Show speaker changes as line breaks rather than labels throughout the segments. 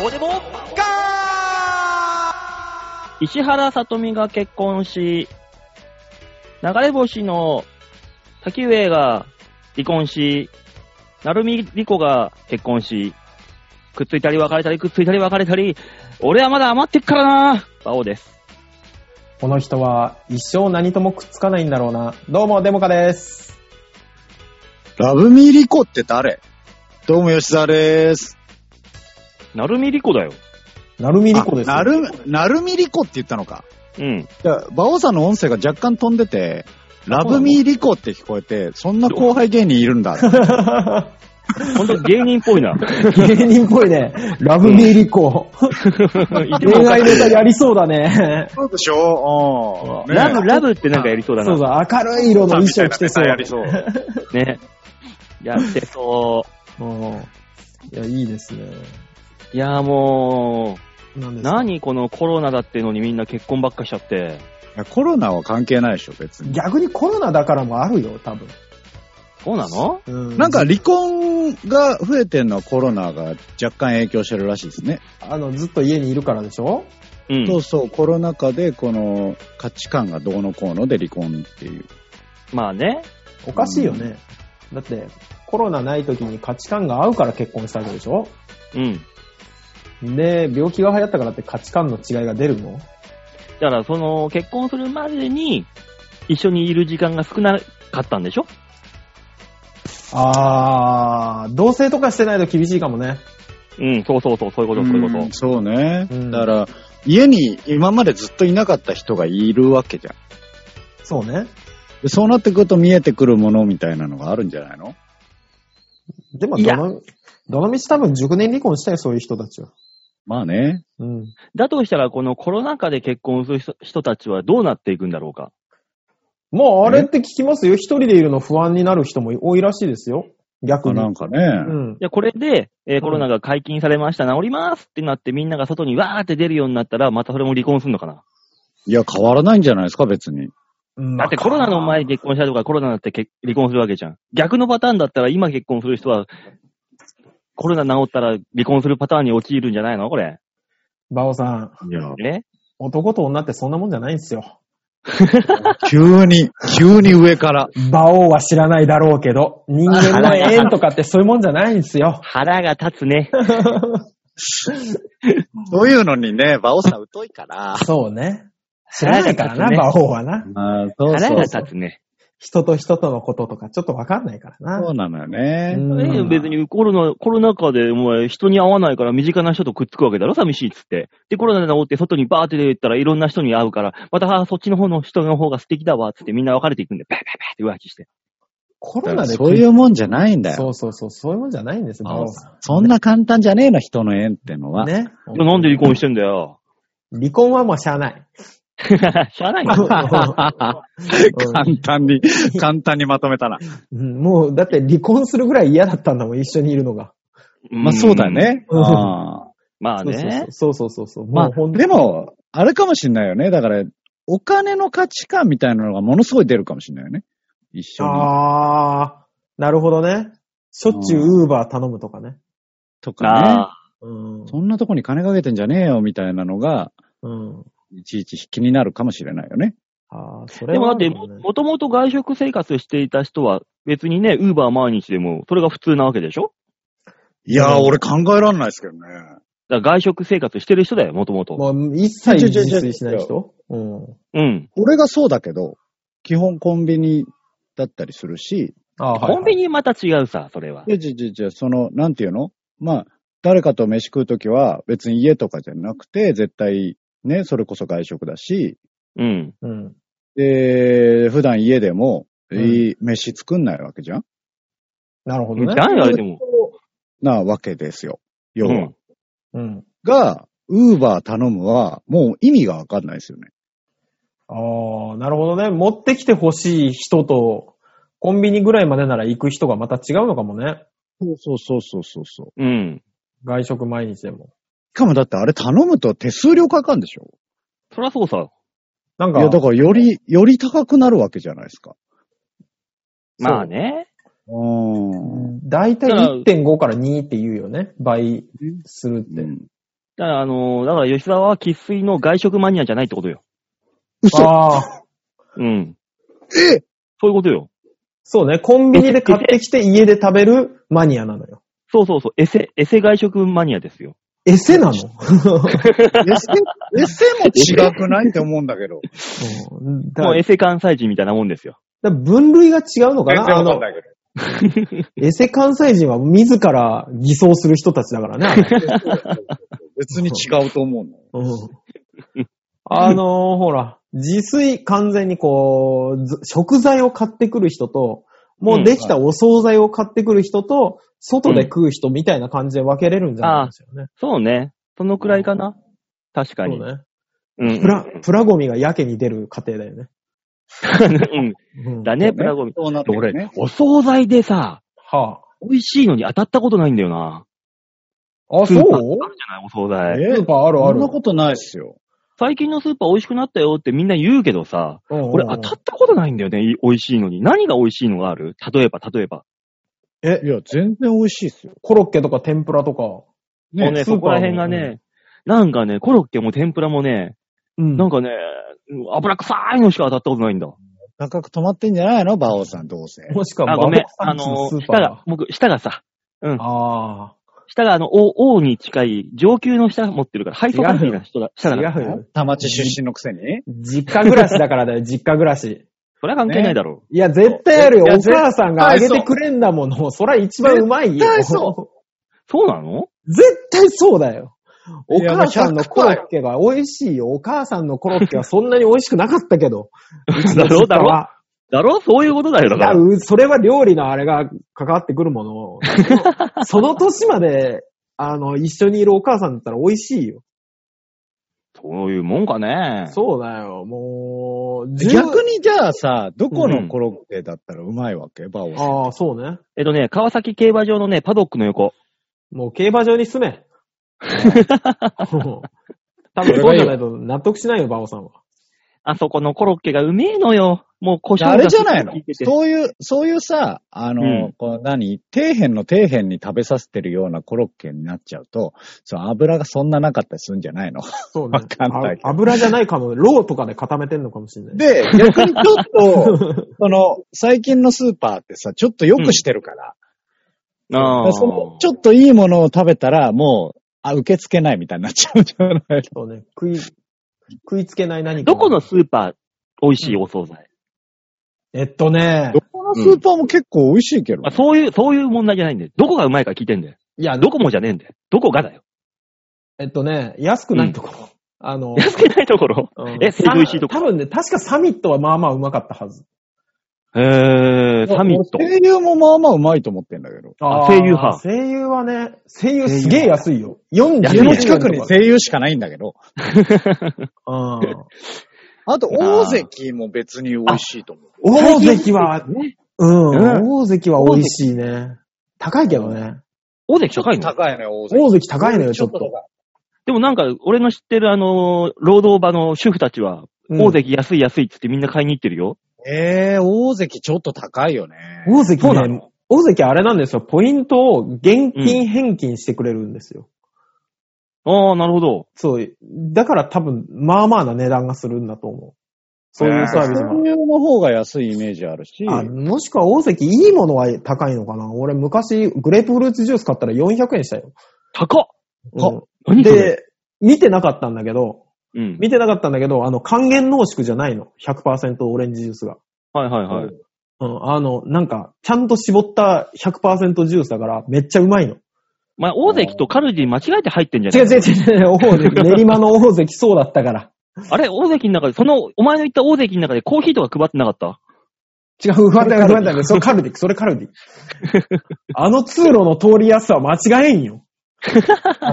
どうでもガー
石原さとみが結婚し、流れ星の滝上が離婚し、成海莉子が結婚し、くっついたり別れたりくっついたり別れたり、俺はまだ余ってっからなバオです。
この人は一生何ともくっつかないんだろうな。どうも、デモカです。
ラブミーリコって誰どうも吉沢です。
成海莉子だよ。
なるみりこです。
あ なる、なるみリコって言ったのか。
うん。
いや、馬王さんの音声が若干飛んでて、ラブミーリコって聞こえて、そんな後輩芸人いるんだ。
ほんと芸人っぽい な。
芸人っぽいね。ラブミーリ コ。恋愛ネタやりそうだね。
そうでしょ
ラブ、ラブってなんかやりそうだ
そう
な。
だ、明るい色の衣装着てそう。
そう。
ね。やってそ
うんいや、いいですね。
う。いやーも
何
う、
ですか
何このコロナだってのにみんな結婚ばっかしちゃって。
コロナは関係ないでしょ、別に。
逆にコロナだからもあるよ、多分。
そうなの
うん
なんか、離婚が増えてんのはコロナが若干影響してるらしいですね。
あの、ずっと家にいるからでしょ
うん。
そうそう、コロナ禍でこの価値観がどうのこうので離婚っていう。
まあね。
おかしいよね。だって、コロナない時に価値観が合うから結婚したわけでしょ
うん。
で、病気が流行ったからって価値観の違いが出るの
だから、その、結婚するまでに、一緒にいる時間が少なかったんでしょ
あー、同棲とかしてないと厳しいかもね。
うん、そうそうそう、そういうこと、そういうこ
んそうね。
うん
だから、家に今までずっといなかった人がいるわけじゃん。
そうね。
でそうなってくると見えてくるものみたいなのがあるんじゃないの
でも、
い
ど
や
の、どの道多分熟年離婚したよ、そういう人たちは。
まあね。
うん。
と。だとしたら、このコロナ禍で結婚する人人たちはどうなっていくんだろうか。
もう、あれって聞きますよ。一人でいるの不安になる人も多いらしいですよ。逆
あ
に。
なんかね。
うん。
いや、これで、えー
ん
コロナが解禁されました、治りますってなって、みんなが外にわーって出るようになったら、またそれも離婚するのかな。
いや、変わらないんじゃないですか、別に。
だってコロナの前に結婚したとか、コロナだって結離婚するわけじゃん。逆のパターンだったら、今結婚する人は、コロナ治ったら離婚するパターンに陥るんじゃないのこれ。
バオさん、
いや、
ね
男と女ってそんなもんじゃないんですよ。
急に、急に上から。
バオは知らないだろうけど、人間の縁とかってそういうもんじゃないんですよ。
腹が立つ ね。
そういうのにね、馬王さん疎いから。
そうね。知らないからな、
腹が
バオはな。
ああ、そう
腹
そ
が
う
立
そう。
つね。
人と人とのこととかちょっとわかんないからな。
そうなのよね。
ええ別にコロナ、コロナ禍でお前人に会わないから身近な人とくっつくわけだろ寂しいっつって。で、コロナで治って外にバーって出てったらいろんな人に会うから、またあーそっちの方の人の方が素敵だわっつってみんな別れていくんで、バーバーバーって浮気して。
コロ
だか
ナ
ら
で
そういうもんじゃないんだ
そ
よ。
うそうそう、そういうもんじゃないんですよ、
あ
馬王さ
そんな簡単じゃねえな、人の縁ってのは。
ん。ね。
いやなんで離婚してんだ よ。
離婚はもうしゃあない。
しゃあない よ。
簡単 に、簡単にまとめたな。
うんもう、だって離婚するぐらい嫌だったんだもん、一緒にいるのが。
まあそうだよ。ね。
うん
ああ
まあね。
そうそうそうそう。
ま
も
あ
うほんと
でも、あれかもしんないよね。だから、お金の価値観みたいなのがものすごい出るかもしんないよね。一緒に。
あー、なるほどね。しょっちゅうウーバー頼むとかね。
とかね。
あ
うん。
そんなとこに金かけてんじゃねえよみたいなのが、
うん。
いちいち気になるかもしれないよね。
あー、そ
あ。
れ
でもだ
は
っても、もともと外食生活していた人は、別にね、ウーバー毎日でも、それが普通なわけでしょ
い
やー俺
考えられないですけどね。
だから外食生活してる人だよ、もともと。
もう一切
ちょ
自
ちょちょ
炊しない人うん。
うん。
俺がそうだけど、基本コンビニだったりするし、
あー、はいはい
コンビニまた違うさ、それは。
いやじゃじゃじゃその、なんていうのまあ、誰かと飯食うときは別に家とかじゃなくて、絶対ね、それこそ外食だし、
うん。
うん。
で、普段家でも、
うん
いい飯作んないわけじゃん
なるほど
何
ね。
あれでも。
なわけですよ。要は。
うん
うん。
が、ウーバー頼むは、もう意味がわかんないですよね。
ああ、なるほどね。持ってきてほしい人と、コンビニぐらいまでなら行く人がまた違うのかもね。
そうそうそうそうそう。し
うん。
外食毎日でも。
かもだってあれ頼むと手数料かかるんでしょ
そりゃそうさ。
なん
い
か、
や、だからより、より高くなるわけじゃないですか。
まあね。
うーん。
だいたい
だから
1.5から2って言うよね。倍するって。
うん
だから、あのーだから吉沢は喫水の外食マニアじゃないってことよ。
嘘
ああ。
うん。
え
そういうことよ。
そうね、コンビニで買ってきて家で食べるマニアなのよ。
そうそうそう。エセ、エセ外食マニアですよ。
エセなの
エッセ、エッセも違くないって思うんだけど。
うんだ
も
か
う
ら
エセ関西人みたいなもんですよ。
だから分類が違うのか
全然
な
わ
あ
か
の、
んないけど。
エセ関西人は自ら偽装する人たちだからねあれ。
別に違うと思うの。
うんあのーほら、自炊完全にこうず、食材を買ってくる人と、もうできたお惣菜を買ってくる人と、外で食う人みたいな感じで分けれるんじゃないですよね。
そうね。そのくらいかな。確かに。
そうね。
うんうん。
プラ、プラゴミがやけに出る過程だよね。
うん。
うん
だね、プラゴミ。
そうなってくる
俺
ね。、
お惣菜でさ、
は
美味しいのに当たったことないんだよな。
あ。あ、
ス
そ
ー
う
パーあるじゃない、お惣菜。
え
スーパーあるあ
そん
る
な。ことないっすよ。
最近のスーパー美味しくなったよってみんな言うけどさ、俺
俺
当たったことないんだよね、い美味しいのに。何が美味しいのがある例えば、例えば。
え
い、や、全然美味しいっすよ。
コロッケとか天ぷらとか。
もう
ね。
ね、
スーパー
そこら辺がね、なんかね、コロッケも天ぷらもね、
うん
なんかね、油臭いのしか当たったことないんだ。
高く止まってんじゃないのバオさん、どうせ。
もしか
あ、ごめん。あ
バボさんち
の
スーパ
舌
ー
が、僕、舌がさ、うん。
あ
舌があの、王に近い、上級の舌持ってるから、配送関係な人だ、
あ。
舌だから。
違うよ。
田町出身のくせに
実家暮らしだからだよ、実家暮らし。
それは関係ないだろ。
いや、絶対あるよ。
いや
お母さんがあげてくれんだもの。そら一番うまいよ。
絶対そう
そうなの
う。絶対そうだよ。お
いや
母さんの
100%
コロッケが美味しいよ。お母さんのコロッケはそんなに美味しくなかったけ ど。
だろだろだろそういうことだよ、だ
い
か
や、
ら。
うそれは料理のあれが関わってくるも の。その年まで、あの、一緒にいるお母さんだったら美味しいよ。
そういうもんかね。
そうだよ。もう、十
逆にじゃあさ、どこのコロッケだったらうまいわけバオさん。
ああ、そうね。
えっとね、川崎競馬場のね、パドックの横。
もう競馬場に住 め。もう多分そうじゃないと納得しないよ、バオさんは。
あそこのコロッケがうめえのよ。もう胡椒
あれじゃな
が
いの
効いてて
そういう、そういうさ、あの、
うん
こう何底辺の底辺に食べさせてるようなコロッケになっちゃうと、その油がそんななかったりするんじゃないの
そうね
わ。かんないけど
あ油じゃないかも。ローとかで固めてんのかもしれない。
で、逆にちょっ と、その、最近のスーパーってさ、ちょっと良くしてるから、
ああ。
そのちょっといいものを食べたら、もう、あ、受け付けないみたいになっちゃうんじゃないの
そうね。食い、食いつけない何か。
どこのスーパー、美味しいお惣菜。
えっとね
ど、このスーパーも結構美味しいけどね、
あそういう、そういう問題じゃないんだよ。どこがうまいか聞いてんだよ。
いや、
どこもじゃねえんだよ。どこが だよ。
えっとね、安くないところ。あ の、
安くないところ。
うん
え、成城石井と
多
か。
分ね、確かサミットはまあまあうまかったはず。
へえ、サミット。
俺声優もまあまあうまいと思ってんだけど。
あ声優派
声優はね、声優すげえ安いよ。40
家
安い
の
ね
近くに声優しかないんだけど。
うん。
あと、大関も別に美味しいと思う。
大関は、
ね
うん、大関は美味しいね。高いけどね。
大関高いの
高いのよ、大関。
大関高いのよ、ちょっと。
高
でもなんか、俺の知ってるあのー、労働場の主婦たちは、大
関。
関安い安いっつってみんな買いに行ってるよ。
い。えー、大関ちょっと高いよね。
大関
そうな
ね、大関あれなんですよ。ポイントを現金返金してくれるんですよ。
ああ、なるほど。
そう。だから多分、まあまあな値段がするんだと思う。そういうサービスが
声。優の方が安いイメージあるし、
あもしくは大関いいものは高いのかな俺昔グレープフルーツジュース買ったら400円したよ。
高っ
うん
何それ
で、見てなかったんだけど、
うん。
見てなかったんだけど、あの、還元濃縮じゃないの。100%オレンジジュースが。
はいはいはい。
うん、あの、なんか、ちゃんと絞った100%ジュースだから、めっちゃうまいの。
まあ、大関とカルディ間違えて入ってんじゃ
違う
ない
違う違う 違う、大関、練馬の大関そうだったから。
あれ大関の中で、その、お前の言った大関の中でコーヒーとか配ってなかった
違う、 不安 だよ、不安だよ。それカルディ、それカ ルディ。あの通路の通りやすさは間違えん よ。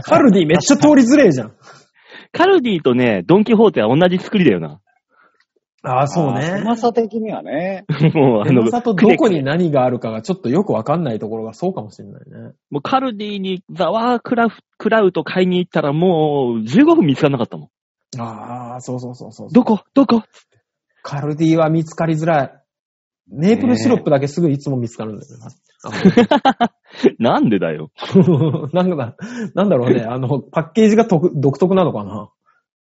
カルディめっちゃ通りづれえじゃん。
カルディとね、ドンキホーテは同じ作りだよな。
ああ、そう
あー
ね
う。まさ的にはね。
もう、あ
で
の、
まさとどこに何があるかがちょっとよくわかんないところがそうかもしれないね。
もうカルディにザワークラフクラウト買いに行ったらもう15分見つからなかったもん。
ああ、そうそうそうそう
どこどこ
カルディは見つかりづらい。メープルシロップだけすぐいつも見つかるんだよな。
なんでだよ。
なんだ、なんだろう ね。あの、パッケージが独独特なのかな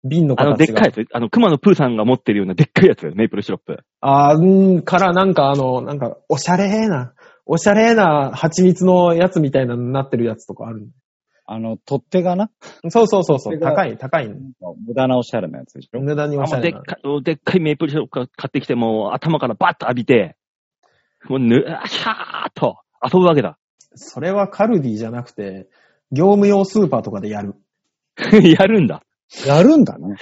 瓶の
あ
形が。
の、でっかいやつ。あの、熊野プーさんが持ってるようなでっかいやつ。メイプルシロップ。
あーうんからなんかあの、なんか、おしゃれな、おしゃれな蜂蜜のやつみたいなのになってるやつとかある。
あの、取っ手がな、
そうそうそう、そ
そうれが
高い、高いの。
無駄なおしゃれなやつでしょ。
無駄におし
あ
ゃ
ので
れ
っ
な。
かい、でっかいメイプルシロップ買ってきて、もう頭からバッと浴びて、もうぬ、あしゃーっと遊ぶわけだ。
それはカルディじゃなくて、業務用スーパーとかで やる。
やるんだ。
やるんだね。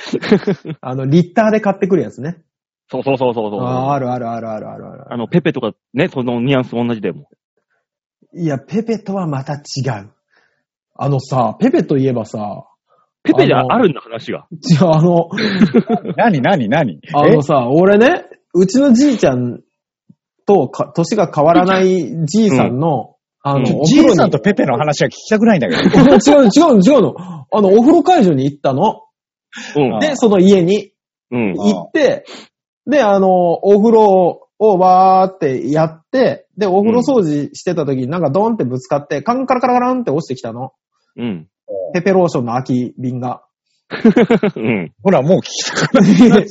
あの、リッターで買ってくるやつね。
そうそうそうそうそう。
あーあるあるあるあるあるある。
あの、ペペとかね、そのニュアンス同じでも。
いや、ペペとはまた違う。あのさ、ペペといえばさ、
ペペであ
あの
るんだ、話が。
じゃああの、
何、何、何
あのさ、俺ね、うちのじいちゃんとか、年が変わらないじいさんの、あ
うん
の、お
じ
風呂
い
に
さんとペペの話は聞きたくないんだけど。
違うの違うの違うの。あの、お風呂会場に行ったの。
うん。
で、その家に
うん。
ああ
行って、で、あの、お風呂をわーってやって、で、お風呂掃除してた時になんかドーンってぶつかって、カンカラカラカランって落ちてきたの。
うん。
ペペローションの空き瓶が。
うん。
ほら、もう聞きたくない。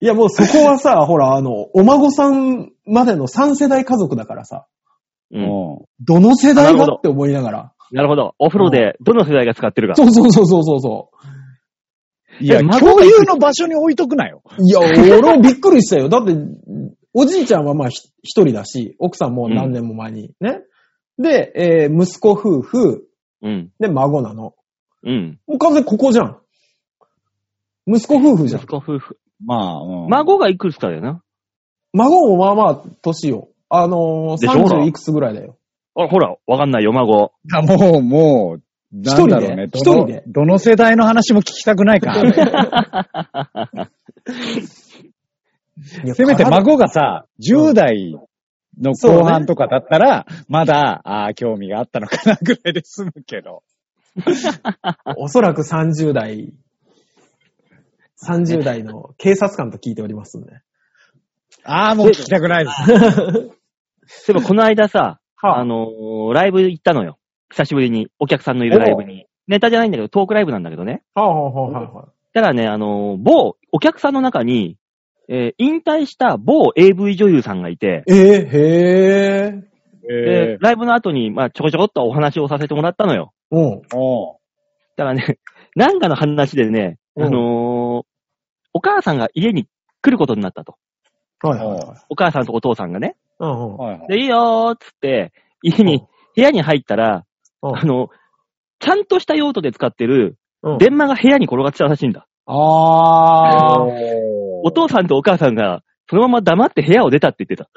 いや、もうそこはさ、ほら、あの、お孫さんまでの3世代家族だからさ、
うん。
どの世代
なる
が
ほど
って思いながら。
なるほど。お風呂で、どの世代が使ってるか。
そうそうそうそうそうそ
いや、
え孫が
共有の場所に置いとくなよ。
う。い や、俺もびっくりしたよ。だって、おじいちゃんはまあひ一人だし、奥さんも何年も前にね。で、えー息子夫婦、
うん。
で、孫なの。
うん。
もう完全にここじゃん。息子夫婦じゃん
息。子夫婦。
まあ、うん。
孫がいくつかだよな。
孫もまあまあ、年よ。あのー、
でしょほら
30いくつぐらいだよ。
あ、ほら、わかんないよ、 孫。
あもう、もう、なんだろうね。
一人で一
どの
人で
どの世代の話も聞きたくな いから。
いや
せめて孫がさ、10代の後半とかだったら、まだ、ああ、興味があったのかなぐらいで済むけど。
おそらく30代、30代の警察官と聞いておりますんで。
ああ、もう聞きたくないです。
そういえば、この間さ、
はあ
あのーライブ行ったのよ。久しぶりに、お客さんのいるライブに。ネタじゃないんだけど、トークライブなんだけどね。
はあはあはあはあ。
ただね、あのー某、お客さんの中に、えー引退した某 AV 女優さんがいて、
えー、へえ。
で
ええ、
ライブの後に、まあ、ちょこちょこっとお話をさせてもらったのよ。
うん。
おう
だからね、 なんかの話でね、あ
うん
のーお母さんが家に来ることになったと。
はいはいはい。
お母さんとお父さんがね。
うんうん。
はいはい
で、いいよーっつって、家に、部屋に入ったら、
うん
あの、ちゃんとした用途で使ってる
うん、
電話が部屋に転がってたらしいんだ。
あー。
お父さんとお母さんが、そのまま黙って部屋を出たって言ってた。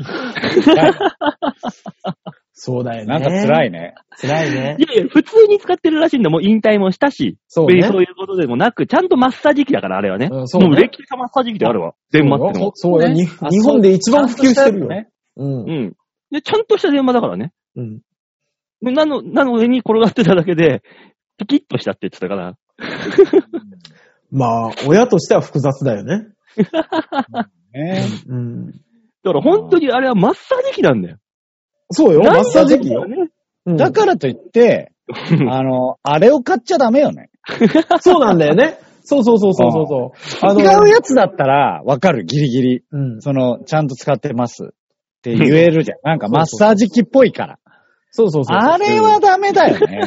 そうだよね。
なんか辛
い。
いね。
辛いね
い。やいや、普通に使ってるらしいんだ。もう引退もしたし、
そう
別に
ね。
そういうことでもなく、ちゃんとマッサージ機だから、あれはね。
うんそうね
もう歴史がマッサージ機であるわ。電話ってのは。
そうね。に日本で一番普及してるよ。
ね。
うん
う。ん。で、ちゃんとした電話だからね。
うん。
なの、なの上に転がってただけで、ピキッとしたって言ってたから。
まあ、親としては複雑だよね。
ね
うん。
だから本当にあれはマッサージ機なんだよ。
そうよ。
なんだ
マッサージ機よ。
ね。
うん
だからと いって、
うん
あの、あれを買っちゃダメよね。
そうなんだよね。そうそうそうそうそうそう。あ
違
の、
うやつだったら、わかる、ギリギリ。
うん。
その、ちゃんと使ってますって言 えるじゃん。なんかマッサージ機っぽいから。
そうそうそうそう。
あれはダメだよ ね。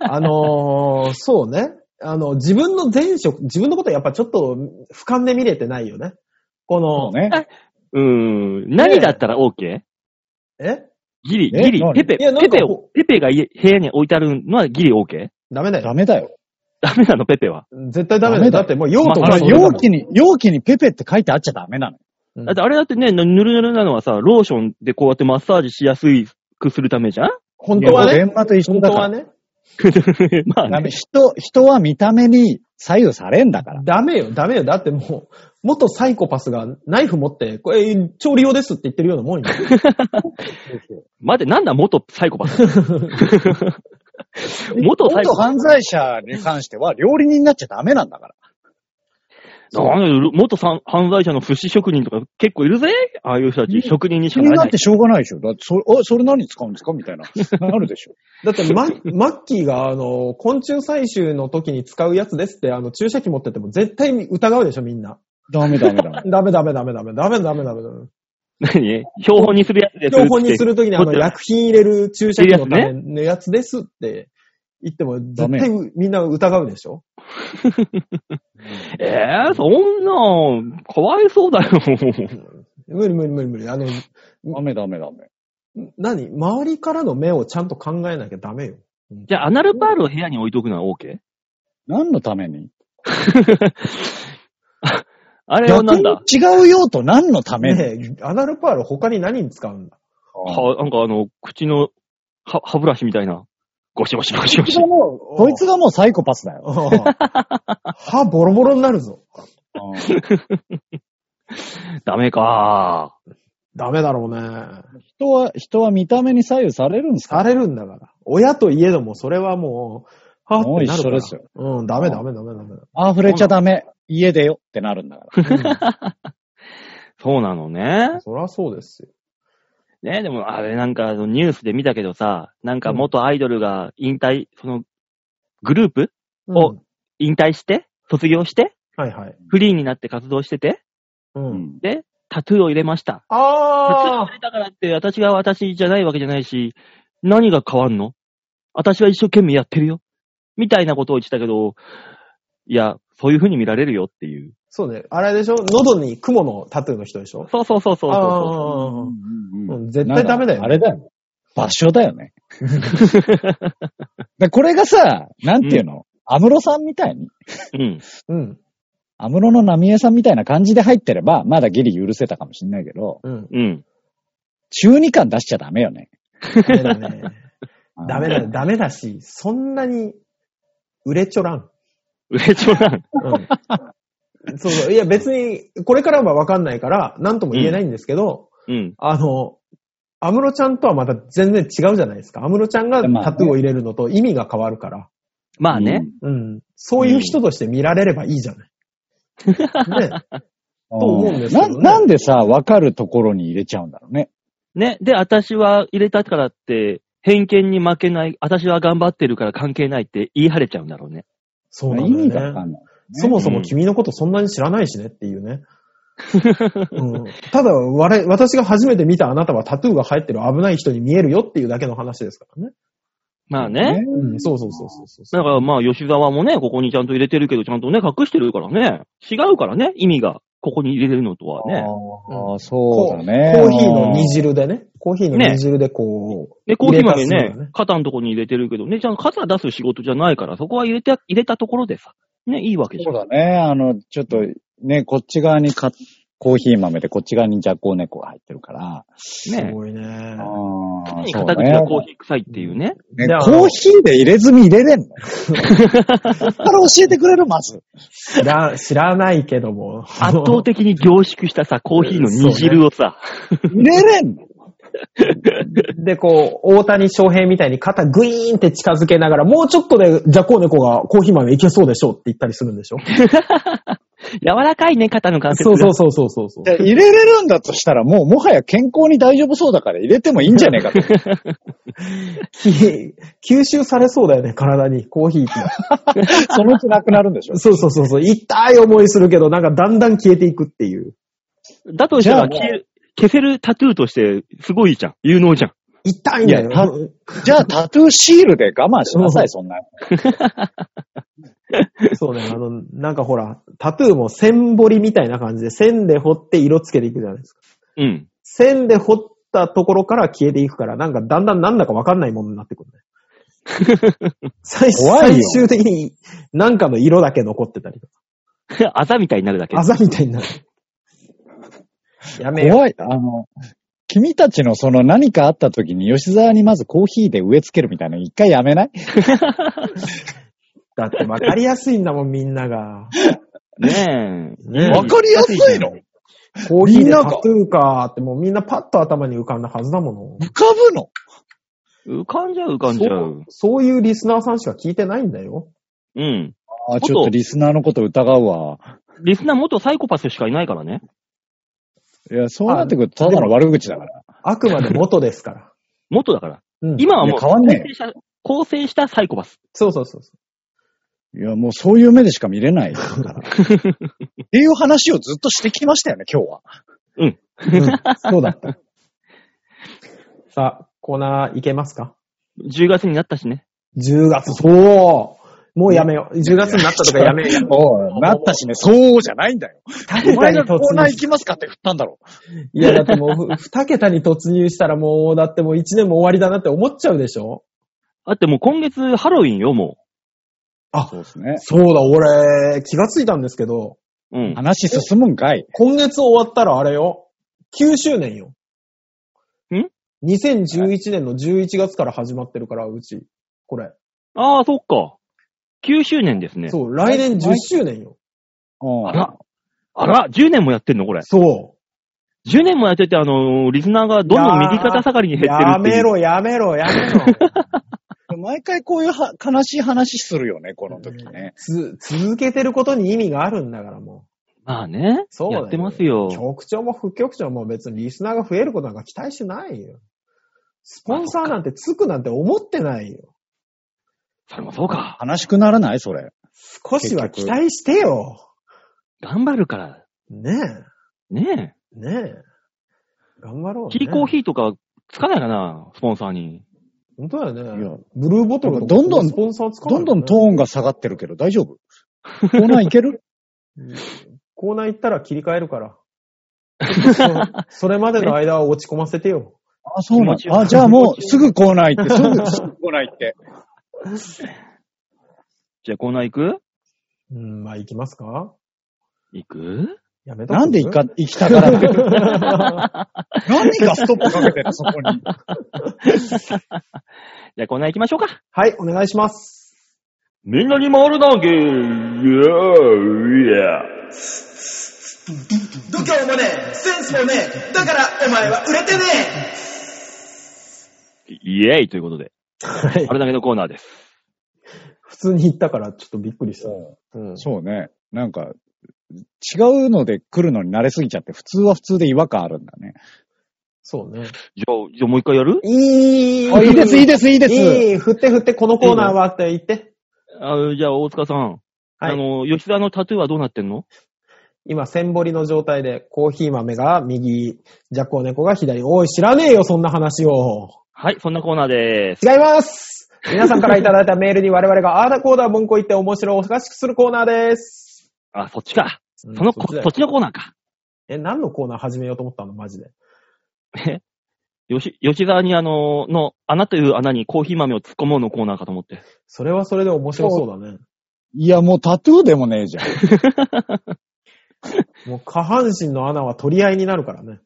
あのーそうね。あの、自分の前職、自分のことやっぱちょっと俯瞰で見れてないよね。こ
そ
の、
うね。
うーん。何だったら OK?
え
ギリ、
え
ギリ
何、
ペペ、
いやなん
ペ
か
ペを、ペペが家部屋に置いてあるのはギリ OK?
ダメだ
ダ
よ。
メだよ。
ダメなの、ペペは。
絶対ダメだ
ダメだ
よ。だ
よ
ってもう用途
まあ
が
あの
それだも
容
ん
器に、容器にペペって書いてあっちゃダメなの。
うん
だってあれだってね、ぬぬるぬるなのはさ、ローションでこうやってマッサージしやすくするためじゃん
本当はい
や
ね。
電話と一緒
本
だ
当
か
は
ら。
ね。
まあ
ダ
ね
メ。。人、人は見た目に左右されんだから。
ダメよ、ダメよ。だってもう、元サイコパスがナイフ持って、これ、調理用ですって言ってるようなもんよ。
待って、なんだ、元サイコパス。元サイコ
元
パス。
犯罪者に関しては料理人になっちゃダメなんだから。
なんでうる、元さん犯罪者の不死職人とか結構いるぜああいう人たち、職人にし
気
か
に
なれ
な
な
っ
い
て。しょうがないでしょ。だって、それ、おいそれ何に使うんですかみたいな。なるで しょ。
だってマ、マッキーが、あの、昆虫採集の時に使うやつですって、あの、注射器持ってても絶対疑うでしょ、みんな。
ダメダメダメ。
ダメダメダメダメダメダメダメダメ。
何標本にするやつです。
標本にするときに、あ
持
の、
ってない
薬品入れる注射器のためのやつですって言っても、絶対みんな疑うでしょ
えー、そんなん、かわいそうだよ。
無理無理無理無理。あの、
ダメダメダメ。
何周りからの目をちゃんと考えなきゃダメよ。
じゃあ、アナルパールを部屋に置いとくのは OK?
何のために
ああれは
逆
なん
に
だ
違う用途何のために、
ねえ、アナルパール他に何に使うんだ
は
は、なんかあの、口の歯歯ブラシみたいな。ゴシゴシゴシゴ
こいつ
シ
が。もう、こいつがもうサイコパスだよ。
ああ歯ボロボロになるぞ。
ダメか
ダメだろうね。
人は、人は見た目に左右されるんですか
されるんだから。親といえども、それはもう、はぁ
も
って
う
なる
一
か
緒
ら。
ですよ。
うん、ダメダメダメダメ。
あふれちゃダメ。家でよってなるんだから。
そうなのね。
そりゃそうですよ。
ね、でもあれなんかあのニュースで見たけどさ、なんか元アイドルが引退、その、グループ
うん
お引退して、卒業して、
はいはい。
フリーになって活動してて、
う。
うんん。
で、タトゥーを入れました。タトゥーを
あ
入れたからって、私が私じゃないわけじゃないし、何が変わんの私は一生懸命やってるよ。みたいなことを言ってたけど、いや、そういう風に見られるよっていう。
そうね。あれでしょ喉に雲のタトゥーの人でしょ
そうそうそうそうそう
あ
うん
あ、うん絶対ダメだよ。
なんあれだよ。場所だよね。でこれがさ、なんていうの、安室さんみたいに、
そう。うん。
うん。
安室の波江さんみたいな感じで入ってれば、まだギリ許せたかもしんないけど、
うん。
うん。
中二感出しちゃダメよね。
ダメだ ね。ダメだ、
よ。
ダメだし、そんなに、売れちょらん。
うれちょらん。
うん。そうそう。いや、別に、これからはわかんないから、なんとも言えないんですけど、
うん。
あの、アムロちゃんとはまた全然違うじゃないですか。アムロちゃんが
まあね
タトゥーを入れるのと意味が変わるから。
まあね。
うん。そういう人として見られればいいじゃ ない。ね。
うん。
と思うんですけどね
ななんでさ、わかるところに入れちゃうんだろうね。
ね。で、私は入れたからって、偏見に負けない、私は頑張ってるから関係ないって言い張れちゃうんだろうね。
そうな
意味
ん
が
だ
わか
よね。
んない、
そもそも君のことそんなに知らないしねっていう ね。うん、ただ我々、私が初めて見たあなたはタトゥーが入ってる危ない人に見えるよっていうだけの話ですからね。
まあね。
うん、そうそうそうそうそう
だからまあ、吉沢もね、ここにちゃんと入れてるけど、ちゃんとね、隠してるからね。違うからね、意味が。ここに入れてるのとはね。
ああ、そうだね。
コーヒーの煮汁でね。コーヒーの
ね
煮汁でこう。
で、コーヒー豆
入
ね
れたすぐだね、
肩のとこに入れてるけどね、ちゃんと肩出す仕事じゃないから、そこは入れて、入れたところでさ、ね、いいわけじゃ。
そうんだね。あの、ちょっと、ね、こっち側にかコーヒー豆で、こっち側にジャコウネコが入ってるから。
す
ね。
ごいね。
あ
常
あ、
に
そう
肩
だ
口
ね
が。コーヒー臭いっていうね。
ね
であの
コーヒーで入れ墨入れれんのそっから教えてくれるまず。
知ら、知らないけども。
圧倒的に凝縮したさ、コーヒーの煮汁をさ、
入れれんの
で、こう、 大谷翔平みたいに肩グイーンって近づけながら、もうちょっとでジャコウネコがコーヒー豆いけそうでしょうって言ったりするんでしょ
柔らかいね、肩の関節
そ
が
うそうそうそうそうそう
い。や入れれるんだとしたら、もうもはや健康に大丈夫そうだから入れてもいいんじゃねえかと。
き 吸収されそうだよね、体に、 コーヒーって。
そのうちなくなるんでしょ。
そうそうそうそう。痛い思いするけど、なんかだんだん消えていくっていう。
だとしたら、
じゃあ
消える消せるタトゥーとして、すごいじゃん。有能じゃん。
痛いんだ
いやた
よ。
じゃあタトゥーシールで我慢しなさい、そんな。
そうね、あの、なんかほら、タトゥーも線彫りみたいな感じで、線で彫って色つけていくじゃないですか。
うん。
線で彫ったところから消えていくから、なんかだんだんなんだかわかんないものになってくる ね。最
怖いよ
最終的になんかの色だけ残ってたりとか、
あざみたいになるだけ。
あざみたいになる。やめよ。
怖い。あの、君たちのその何かあった時に吉沢にまずコーヒーで植え付けるみたいなの一回やめないう
だってわかりやすいんだもん、みんなが。
ねえ。
ねえ
わかりやすいの
コーヒー
みん
で
な
タ
が
トゥーかーって、もうみんなパッと頭に浮かんだはずだもの。
浮かぶの
浮かんじゃう浮かんじゃう。
そういうリスナーさんしか聞いてないんだよ。
うん。
あ、ちょっとリスナーのこと疑うわ。
リスナー元サイコパスしかいないからね。
いや、そうなってくると、ただの悪口だから。
あくまで元ですから。
元だから。
うん、
今はもう、
いや変わんねえ
成した、構成したサイコパス。
そうそうそうそ
いや、もうそういう目でしか見れないから。っていう話をずっとしてきましたよね、今日は。
う。う ん、そうだった。さあ、コーナーいけますか
10月になったしね。
10月、そうもうやめよう。10月になったとかやめよ う。
おうなったしね、そうじゃないんだよ。
2
お前
桁に
がコ
突
ーナー
入
行きますかって振ったんだろ
いや、だってもう、2桁 に突入したらもう、だってもう1年も終わりだなって思っちゃうでしょ
だってもう今月ハロウィンよ、も
う。そうですね。
そうだ、俺、気がついたんですけど、
う。うん。
話進むんかい。
今月終わったらあれよ、9周年よ。
ん
?2011 年の11月から始まってるから、うち。これ。
ああ、そっか。9周年ですね。
そう、来年10周年よ。
うん
あら、あら、10年もやってんのこれ。
そ
10年もやってて、あのーリスナーがどんどん右肩下がりに
う。
減ってる
や
っていう。
めろ、やめろ、やめ ろ。
毎回こういうは悲しい話するよね、この時ね。
つ、続けてることに意味があるんだから、も
まあね。
そうだ
や
よ
ってます
う。
よ。
局長も副局長も別にリスナーが増えることなんか期待してないよ。スポンサーなんてつくなんて思ってないよ。
それもそうか。
悲しくならないそれ。
少しは期
結局
待してよ。
頑張るから。
ね
ね
え。ねえ。頑張ろう、
え。
ね。
キーコーヒーとかつかないかな、スポンサーに。
本当だ
い
よね。
や、
ブルーボトルとか
どんどん
スポンサー使う
どんどんトーンが下がってるけど大丈 夫コーナーいける
コーナー行ったら切り替える から。そそれまでの間は落ち込ませてよ。
あ、そうなん
気持ちよ
あ、じゃあもうすぐコーナー行 って、すぐ、すぐコーナー行って。
じゃあコーナー行く
うん、まあ行きますか
行く
やめとく
なんで行か、行きたがら ない何がストップかけてる、そこ に。
じゃあコーナー行きましょうか。
はい、お願いします。
みんなに回るな、ゲー、いや。
度胸もねえ、センスもねえ、だからお前は売れてねえ
イエーイということで、
はい
あ。れだけのコーナーです。
普通に行ったからちょっとびっくりした。うん
そうね。なんか、違うので来るのに慣れすぎちゃって、普通は普通で違和感あるんだね。
そうね。
じゃあ、じゃあもう一回やる
いい
あいいです、いいです、いいです。
いい、振って振って、このコーナーはって言って。
あじゃあ、大塚さん。
はい
あの、吉田のタトゥーはどうなってんの
今、千堀の状態で、コーヒー豆が右、ジャコウネコが左。おい、知らねえよ、そんな話を。
はい、そんなコーナーでーす。
違います皆さんからいただいたメールに我々がアーダコーダー文庫言って面白おかしくするコーナーです。
あ、そっちか。
そ
そのこ、そっちのコーナーか。
え、何のコーナー始めようと思ったのマジで。
え吉、吉沢にあの、の、穴という穴にコーヒー豆を突っ込もうのコーナーかと思って。
それはそれで面白そうだね。
いや、もうタトゥーでもねえじゃん。
もう下半身の穴は取り合いになるからね。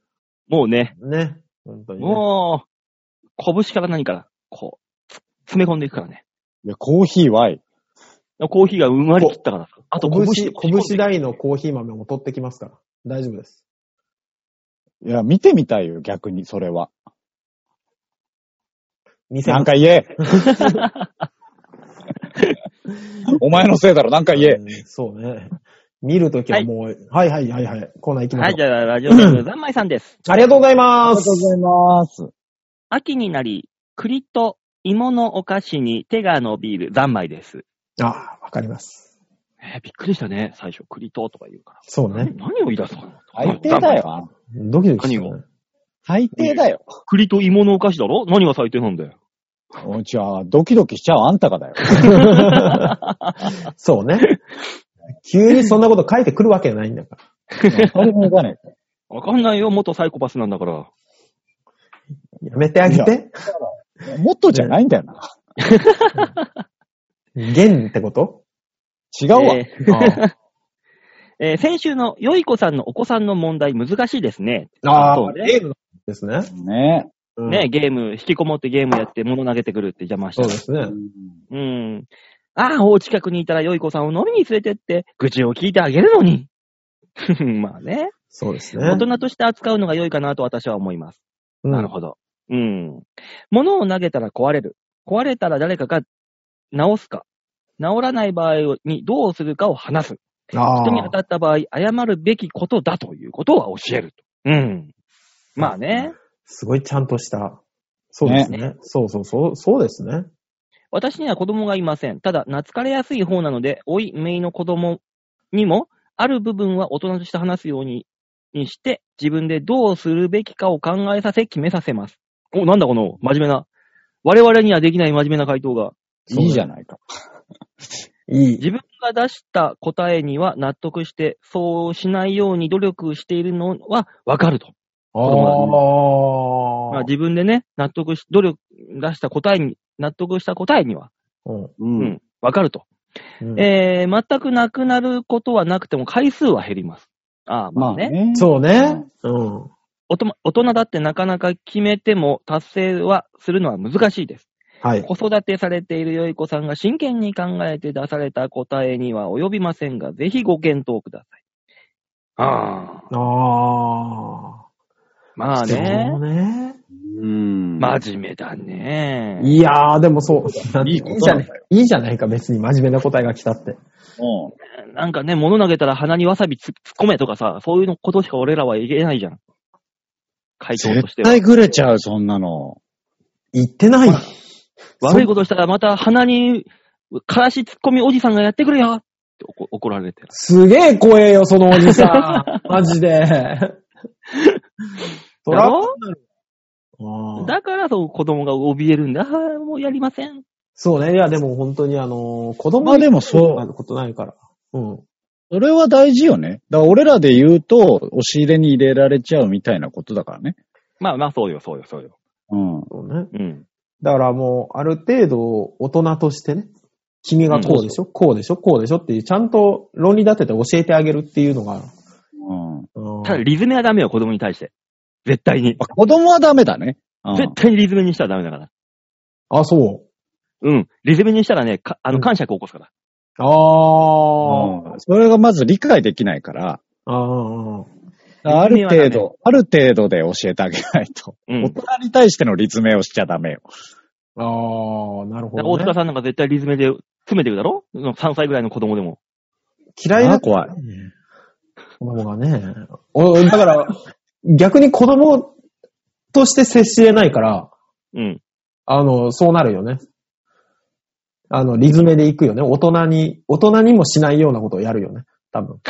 もうね、
ね。本当に、ね。
もう、拳から何から、こう、つ詰め込んでいくからね。
いや、コーヒーは
コーヒーがうまりきったから。あと
拳、
拳、
拳大のコーヒー豆も取ってきますから。大丈夫です。
いや、見てみたいよ、逆に、それは。
見せ
な
ま
ん
す
か言え。 お前のせいだろ、なんか言え。
うんそうね。見るときはもう、はい、はいはいはいはいコーナー行きま
は
し
い、
ょ
じゃあ、ラジオネーム、ざんまいさんです。
う。ありがとうござい
あ
ま
りがとう
す。
ございます。
秋になり、栗と芋のお菓子に手が伸びるざんまいです。
あ、わかります。
えーびっくりしたね、最初。栗ととか言うから。
そうね
何。何を言い出すのかな
最低だ。よ。
ドキドキしたね
何
最低だよ。
栗と芋のお菓子だろ何が最低なんだよ。
おじゃあ、ドキドキしちゃうあんたが だよ。
そうね。急にそんなこと書いてくるわけないんだから。
それもいかねえ。
わかんないよ、元サイコパスなんだから。
やめてあげて。
もっとじゃないんだよな。
弦ってこと
違うわ。
えーえー先週のよいこさんのお子さんの問題難しいですね。
あ
そ
あ
う、ね
ゲームですね。
ね
うん
ね、ゲーム、引きこもってゲームやって物投げてくるって邪魔し
そ
た
うで。すね。
うん。ああ、お近くにいたらよいこさんを飲みに連れてって、愚痴を聞いてあげるのに。 ふふまあね、
そうですね。
大人として扱うのが良いかなと私は思います。
うん
なるほど。うん。物を投げたら壊れる。壊れたら誰かが直すか。直らない場合にどうするかを話す。
あ
人に当た
あ。
った場合、謝るべきことだということは教えると。うん。まあね、
すごいちゃんとした。そうですね。そうそうそう。そうですね。
私には子供がいません。ただ、懐かれやすい方なので、老い、姪の子供にも、ある部分は大人として話すようににして、自分でどうするべきかを考えさせ、決めさせます。お、なんだこの、真面目な。我々にはできない真面目な回答が。
いいじゃないか。
いい。
自分が出した答えには納得して、そうしないように努力しているのはわかると。
あ
まあ、
あ。
自分でね、納得し、努力、出した答えに、納得した答えには、
うん
う。
うんん、わかると。
うん
えー、全くなくなることはなくても回数は減ります。ああ、ま
ま
あ
あ
ね。
ね。
そうね。うん。
おと大人だってなかなか決めても達成はするのは難しいです。
はい。
子育てされているよい子さんが真剣に考えて出された答えには及びませんが、ぜひご検討ください。ああ、
あ
まあ
あ。
ね
そう。ね。
うん。
真面目だね。
いやー、でもそう。
いい
な
こ
ん
と
じゃな
な
んい
だよ。
いいじゃないか、別に真面目な答えが来たって。
うん
なんかね、物投げたら鼻にわさびつ突っ込めとかさ、そういうのことしか俺らは言えないじゃん。回答として
絶
は。
対ぐれちゃう、そんなの。
言ってない。
悪いことしたらまた鼻に、からし突っ込みおじさんがやってくれよって怒怒られてる。
すげえ怖えよ、そのおじさ ん。マジで。トラブルあー
だから、そう、子供が怯えるんだ。あーもうやりません。
そうね。いや、でも本当にあのー、子供
まあでもそう
なことないから。うん。
それは大事よね。だから俺らで言うと、押し入れに入れられちゃうみたいなことだからね。
まあまあ、そうよ、そうよ、そうよ。
うん。
そうね。
うん。
だからもう、ある程度、大人としてね、君がこうでしょ、こうでしょ、こうでしょっていう、ちゃんと論理立てて教えてあげるっていうのが、
うん。
うん
ただ、リズムはダメよ、子供に対して。絶対に。
あ子供はダメだね。うん
絶対にリズムにしたらダメだから。
あ、そう。
うん。リズムにしたらね、かあ
う
の、
ん
感触起こすから。
あー。
うんそれがまず理解できないから、
あー。
あ
立命
る
はダメ
程度、ある程度で教えてあげないと。
うん。
大
だか
人に対しての立命をしちゃダメよ。
あー、なるほ
ら
ど、
大
ね
塚。さんなんか絶対リズムで詰めてるだろ ?3 歳ぐらいの子供でも。
嫌い
あ
な
ー怖い。
子供がね。おだから、逆に子供として接し得ないから、
うん。
あの、そうなるよね。あの、リズメで行くよね。大人に、大人にもしないようなことをやるよね。多分。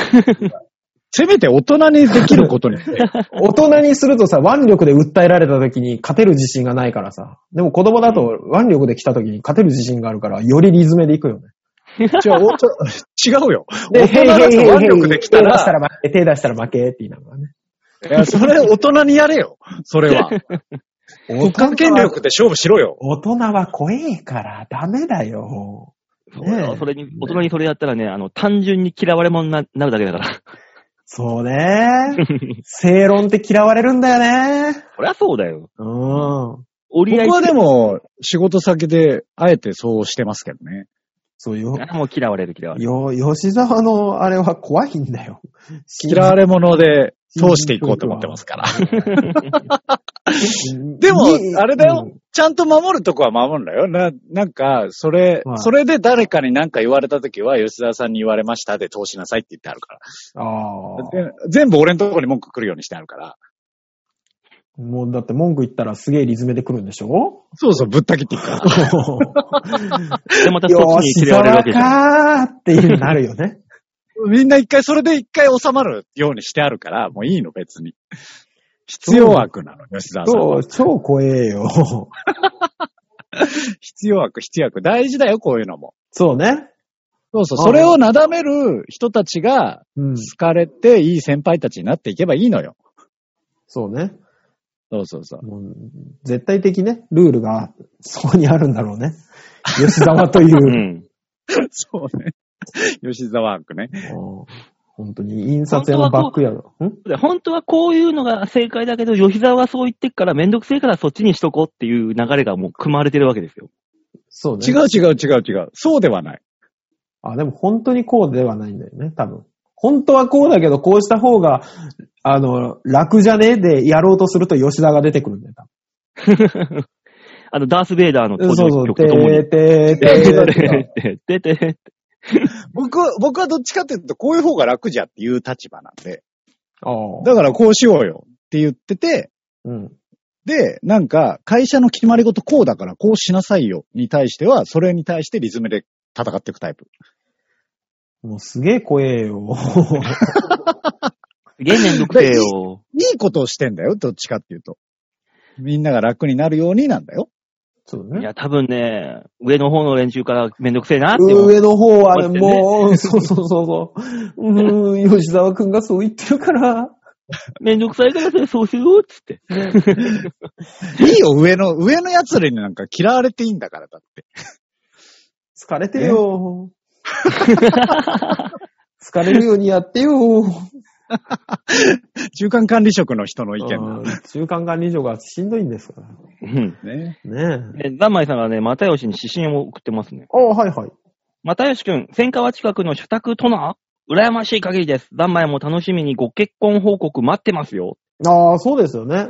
せめて大人にできることに。
大人にするとさ、腕力で訴えられた時に勝てる自信がないからさ。でも子供だと腕力で来た時に勝てる自信があるから、よりリズメで行くよね。
違う、違うよ。
で、
大人だと腕力できた
手出した
ら、
ら負け、手出したら負けって言いながらね。
いや、それ大人にやれよ。それは。国家権力で勝負しろよ。
大人は怖えからダメだよ。
そう
ね
よ
え
それに、大人にそれやったらね、あの、単純に嫌われ者にななるだけだから。
そう ね。正論って嫌われるんだよね。
そりゃそうだよ。
うん。
折り合い
僕はでも、仕事先で、あえてそうしてますけどね。
そうよ。
もう嫌われる、嫌われる。
よ、吉沢のあれは怖いんだよ。
嫌われ者で、そうしていこうと思ってますから。
うん
でも
いい、
あれだよ
うん。
ちゃんと守るとこは守るんだよ。な、なんか、それ
は、い
それで誰かに何か言われたときは、吉沢さんに言われましたで通しなさいって言ってあるから。
ああ。
で全部俺のとこに文句来るようにしてあるから。
もうだって文句言ったらすげえリズムで来るんでし ょ
そうそう、ぶった切っていくから。
で、またそっちに
吉
嫌われるわ
沢
けじゃん。
かーっていうなるよね。
みんな一回、それで一回収まるようにしてあるから、もういいの、別に。必要悪なの、吉沢さん
そ
は
う、。超怖えよ。
必要悪、必要悪。大事だよ、こういうのも。
そうね。
そうそう、
あ
それをなだめる人たちが、
うん。
好かれて、いい先輩たちになっていけばいいのよ。
そうね。
そうそうそう。
もう絶対的ね、ルールがそこにあるんだろ うね。吉沢というう。
ん。
そうね。 吉沢悪ね。
もう本当に印刷屋のバックヤード。ん
で本当はこういうのが正解だけど、吉沢はそう言ってっからめんどくせえからそっちにしとこうっていう流れがもう組まれてるわけですよ。
そうね。
違う違う違う違う。そうではない。
あ、でも本当にこうではないんだよね、多分。本当はこうだけど、こうした方が、あの、楽じゃねえでやろうとすると吉田が出てくるんだよ、多
あの、ダース・ベイダーの
分。
登
そうそ
場
う、
曲
て
とともに。
ーてーてーてー
で、で、で、
僕は、僕はどっちかっていうと、こういう方が楽じゃっていう立場なんで、
ああ。
だからこうしようよって言ってて、
うん。
で、なんか、会社の決まり事こうだからこうしなさいよに対しては、それに対してリズムで戦っていくタイプ。
もうすげえ 怖えよ。
すげえめんどくせえよ。
いいことをしてんだよ、どっちかっていうと。みんなが楽になるようになんだよ。
そう
い
ね。
や、多分ね、上の方の連中からめんどくせえなって思う。
上の方はね、
こうやってね
もう、そうそうそうそう。うーん、吉沢くんがそう言ってるから。
めんどくさいからそれそうしようっつって。
いいよ、上の、上の奴らになんか嫌われていいんだから、だって。
疲れて よ。疲れるようにやってよ。
中間管理職の人の意
う
見
ん中間管理所がしんどいんですか
うん。
だね。
ら。ねえ。
で、ザンマイさんがね、又吉に指針を送ってますね。
ああ、はいはい。
又吉くん、千川近くの社宅とな羨ましい限りです。ザンマイも楽しみにご結婚報告待ってますよ。
ああ、そうですよね。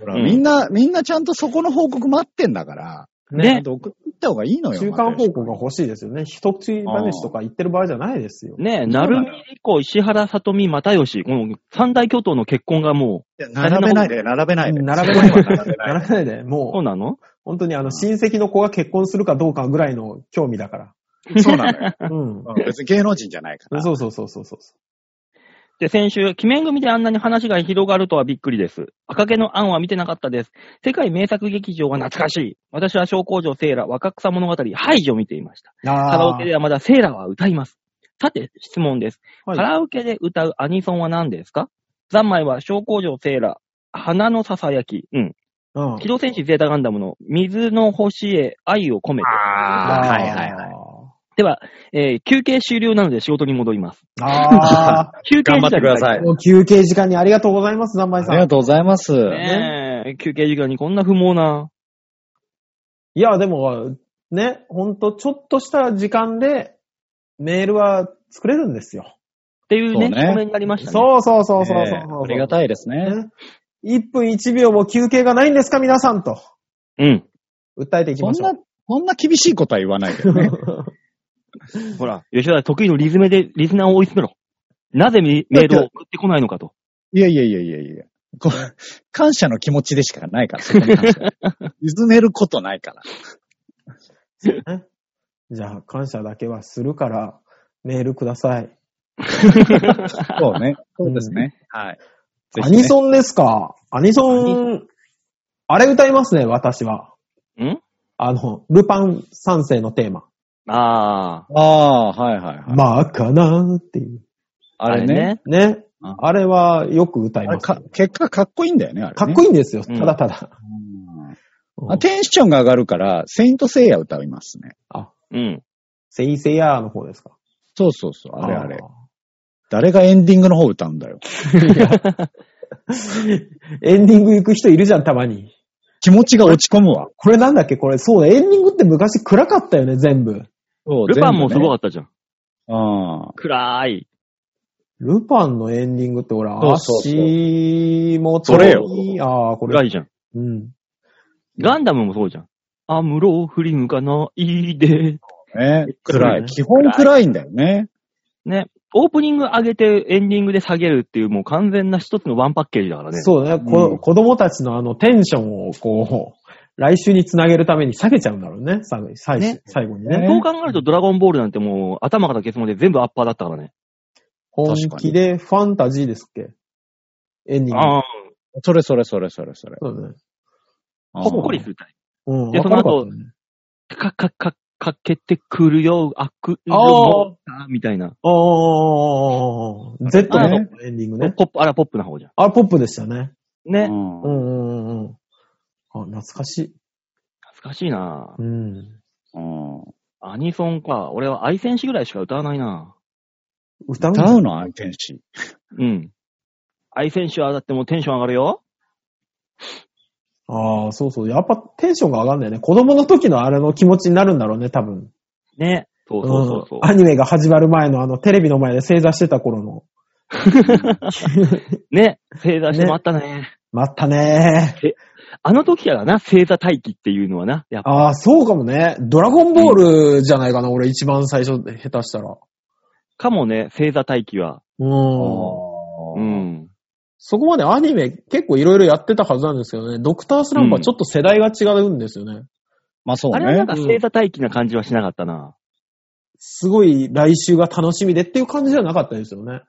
ほら、
うん
みんな、みんなちゃんとそこの報告待ってんだから、ちゃ
ね
ん。と送っていった方がいいのよ。
中間報告が
ま
欲しいですよね。一口話とか言ってる場合じゃないですよ。
ねえ、
うな
なる
の
みりこ、石原さとみ、又吉。この三大巨頭の結婚がも
たいや並べないで、並べないで。
並べない
そこには並べない
ならないで、
う、そ
も
う
う、
なの
本当にあの、親戚の子が結婚するかどうかぐらいの興味だか
で。そうなの よ。
ら。うん。
うん別に芸能人じゃないから。
そうそうそうそうそう。
で、先週、鬼面組であんなに話が広がるとはびっくりです。赤毛のアンは見てなかったです。世界名作劇場は懐かしい。私は小工場セーラ、若草物語、ハイジを見ていました。
ああ。
カラオケではまだセーラは歌います。さて、質問です。
はい
カラオケで歌うアニソンは何ですか三枚は小工場セーラ、花のささやき、うん。
うん。
機動戦士ゼータガンダムの水の星へ愛を込めて。
あーはいはいはい。
い。
では、えー休憩終了なので仕事に戻ります。
ああ。
休憩時間
頑張ってください。
もう休憩時間にありがとうございます、ざんまいさ
ありが
ん。
とうございます。
ねえ、休憩時間にこんな不毛な。
いや、でも、ね、ほんと、ちょっとした時間で、メールは作れるんですよ。
っていうね、
そうね
コメントがありましたね。
そうそうそうそうそう
ね
そう
ありがたいですね。
ね。1分1秒も休憩がないんですか、皆さんと。
うん。
訴えていき
そ
ま
ん
しょ
な
う。、
そんな厳しいことは言わないけ どね。
ほら、吉田得意のリズムで、リスナーを追い詰めろ。なぜメメールを送ってこないのかと。
いやいやいやいやいや。こう感謝の気持ちでしかないから、そこに関して は譲めることないから。
じゃあ、感謝だけはするから、メールください。
そうね。そうですね。はい。ぜ
ア
ひね
ニソンですかアニソン、あれ歌いますね、私は。
ん
あの、ルパン三世のテーマ。
ああ。
ああー、はいはいはい。
まあかなーっていう。
あれね。。
ね。
あ
あれはよく歌い
あれ
ます。
か
か
結果かっこいいんだよね、あれ、ね。
っこ
いい
いいんですよ、
うん
ただただ。。
あテンションが上がるから、セイントセイヤ歌いますね。
うん。
セイセイヤーの方ですか
そうそうそう、あれあれ。
ー
誰がエンディングの方歌うんだよ。
エンディング行く人いるじゃん、たまに。
気持ちが落ち込むわ。
これなんだっけこれ、そうだ、エンディングって昔暗かったよね、全部。
そう
ルパンもすごか
い。
ったじゃん。
あ
暗い。
ルパンのエンディングって、ほら、
そうそうそう
足元
それよ
に、ああ、こ
暗
れ、
いじゃん。
うん。
ガンダムもそうじゃん。アムロ振り向かないで。
あ。ね。暗
暗い
い。基本暗いんだよね。
ね。オープニング上げてエンディングで下げるっていうもう完全な一つのワンパッケージだからね。
そうだね、こ
うん
子供たちのあのテンションを、こう、来週につなげるために下げちゃうんだろうね、最後に最
ね
最後にね。
そう考えるとドラゴンボールなんてもう頭から結まで全部アッパーだったからね。
本気でファンタジーですっけエンディング。
ああ。
それそれそれそれそれ。
そうだね。
ほ
ほっこりするタイ
うん。
で
わかるかったね
プ。か、か、か、かけてくるよ、悪
ああ
の、あみたいな。
あー、Z の
ね
エンディングね。
ポップ、あら、ポップな方じゃ
あれポップでしたね。
ん。ね。
うんうんうんうん。あ、懐かしい。
懐かしいな
う。ん。
うん。
アニソンか。俺は愛戦士ぐらいしか歌わないな。
歌うんだ
歌うの、天使。
うん。愛戦士はだってもうテンション上がるよ。
ああ、そうそう。やっぱテンションが上がんだよね。子供の時のあれの気持ちになるんだろうね、多分。
ね。そうそうそうそう
うん。アニメが始まる前のあの、テレビの前で正座してた頃の。
ね、正座してもあったね。
待ったねー。
あの時やな、星座待機っていうのはな、やっぱ。
ああ、そうかもね。ドラゴンボールじゃないかな、俺一番最初、下手したら。
かもね、星座待機は。
う
あ
ん。
ー
うん。
そこまでアニメ結構いろいろやってたはずなんですけどね。ドクタースランプはちょっと世代が違うんですよね。
まあそう
あれはな
ね
ん。か星座待機な感じはしなかったな。
すごい来週が楽しみでっていう感じじゃなかったですよね。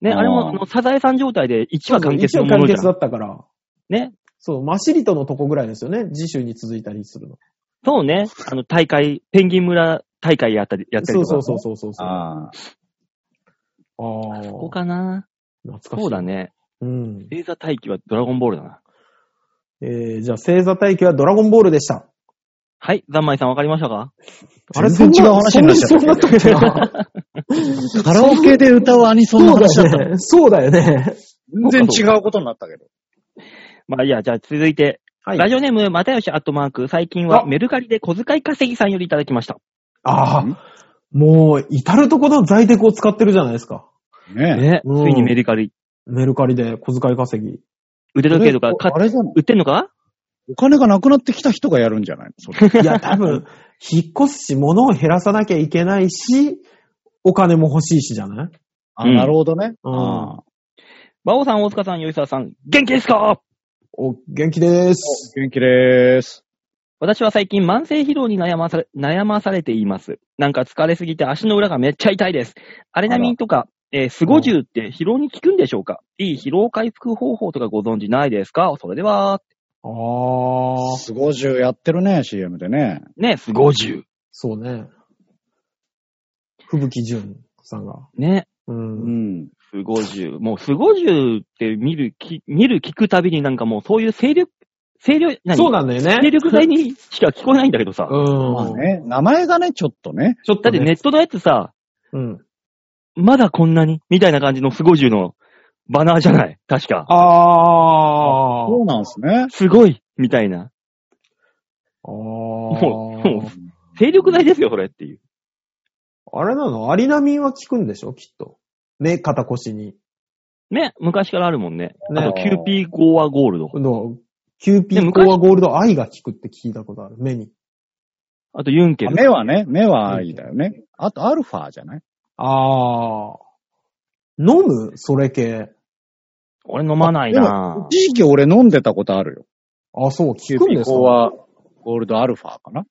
ね、
あー
あれもあのサザエさん状態で1話完結
一
の
応
も
完
のじゃ
結だ
ん。
ったから。
ね。
そう、マシリトのとこぐらいですよね。次週に続いたりするの。
そうね。あの大会、ペンギン村大会やったり、やったり
そ
と
う
か。
そうそうそうそう。あ
あー
あー。
ここかな。
懐かしい。
そうだ。ね。
うん。
星座待機はドラゴンボールだな。
えー、じゃあ星座体系はドラゴンボールでした。
はい、ざんまいさんわかりましたか
全然違う話になっちゃった
そんなそうなったっけな。
カラオケで歌うアニソンの話だった。
そうだよね。そうだよね。
全然違うことになったけど。
まあいいや、じゃあ続いて、
はい
ラジオネーム、またよしアットマーク、最近
あ
はメルカリで小遣い稼ぎさんよりいただきました。
ああ。もう、至るところの在宅を使ってるじゃないですか。
ねえ。
ね、つ
うん
いにメルカリ、
メルカリで小遣い稼ぎ。
腕時計とか買っ
あれじゃない
売ってんのか
お金がなくなってきた人がやるんじゃないのそ れ
いや、多分、引っ越すし、物を減らさなきゃいけないし、お金も欲しいしじゃない
あ、
うん
なるほどね。
うん
あー
馬王さん、大塚さん、吉沢さん、元気ですか
お、元気です。
元気でーす。
私は最近慢性疲労に悩まされ、悩まされています。なんか疲れすぎて足の裏がめっちゃ痛いです。アレナミンとか、えースゴジュウって疲労に効くんでしょうかいい疲労回復方法とかご存知ないですかそれでは、
ああ、
すごじゅうやってるね、CM でね。
ね、スゴジュウ。
そうね。吹雪純さんが。
ね、
う。
うんん。
スゴジュウ。もうスゴジュウって見る、き見る聞くたびになんかもうそういう精力、精力、何
そうなんだよね。
精力剤にしか聞こえないんだけどさ。
うん。
まあね、名前がね、ちょっとね。
ちょっ
だ
と
って
ね、
ネットのやつさ、
うん。
まだこんなにみたいな感じのスゴジュウのバナーじゃない 確か。
ああ。
そうなんですね。
すごいみたいな。
あ
もうも
ー
精力剤ですよ、それっていう。
あれなのアリナミンは効くんでしょきっと。目、肩、腰に。
ね、昔からあるもんね。
ね
あと、キューピーゴーアゴールド。
今度はキューピ
で
ー
昔
コアゴールドアイが効くって聞いたことある。目に。
あと、ユンケル。
目はね、目は愛だよね。あと、アルファじゃない
ああ。飲むそれ系。
俺飲まないなぁ
一時期俺飲んでたことあるよ。
あ、そう、効
キュ
く
ー
ん
ピ
で
ー
すか
コはゴールドアルファかな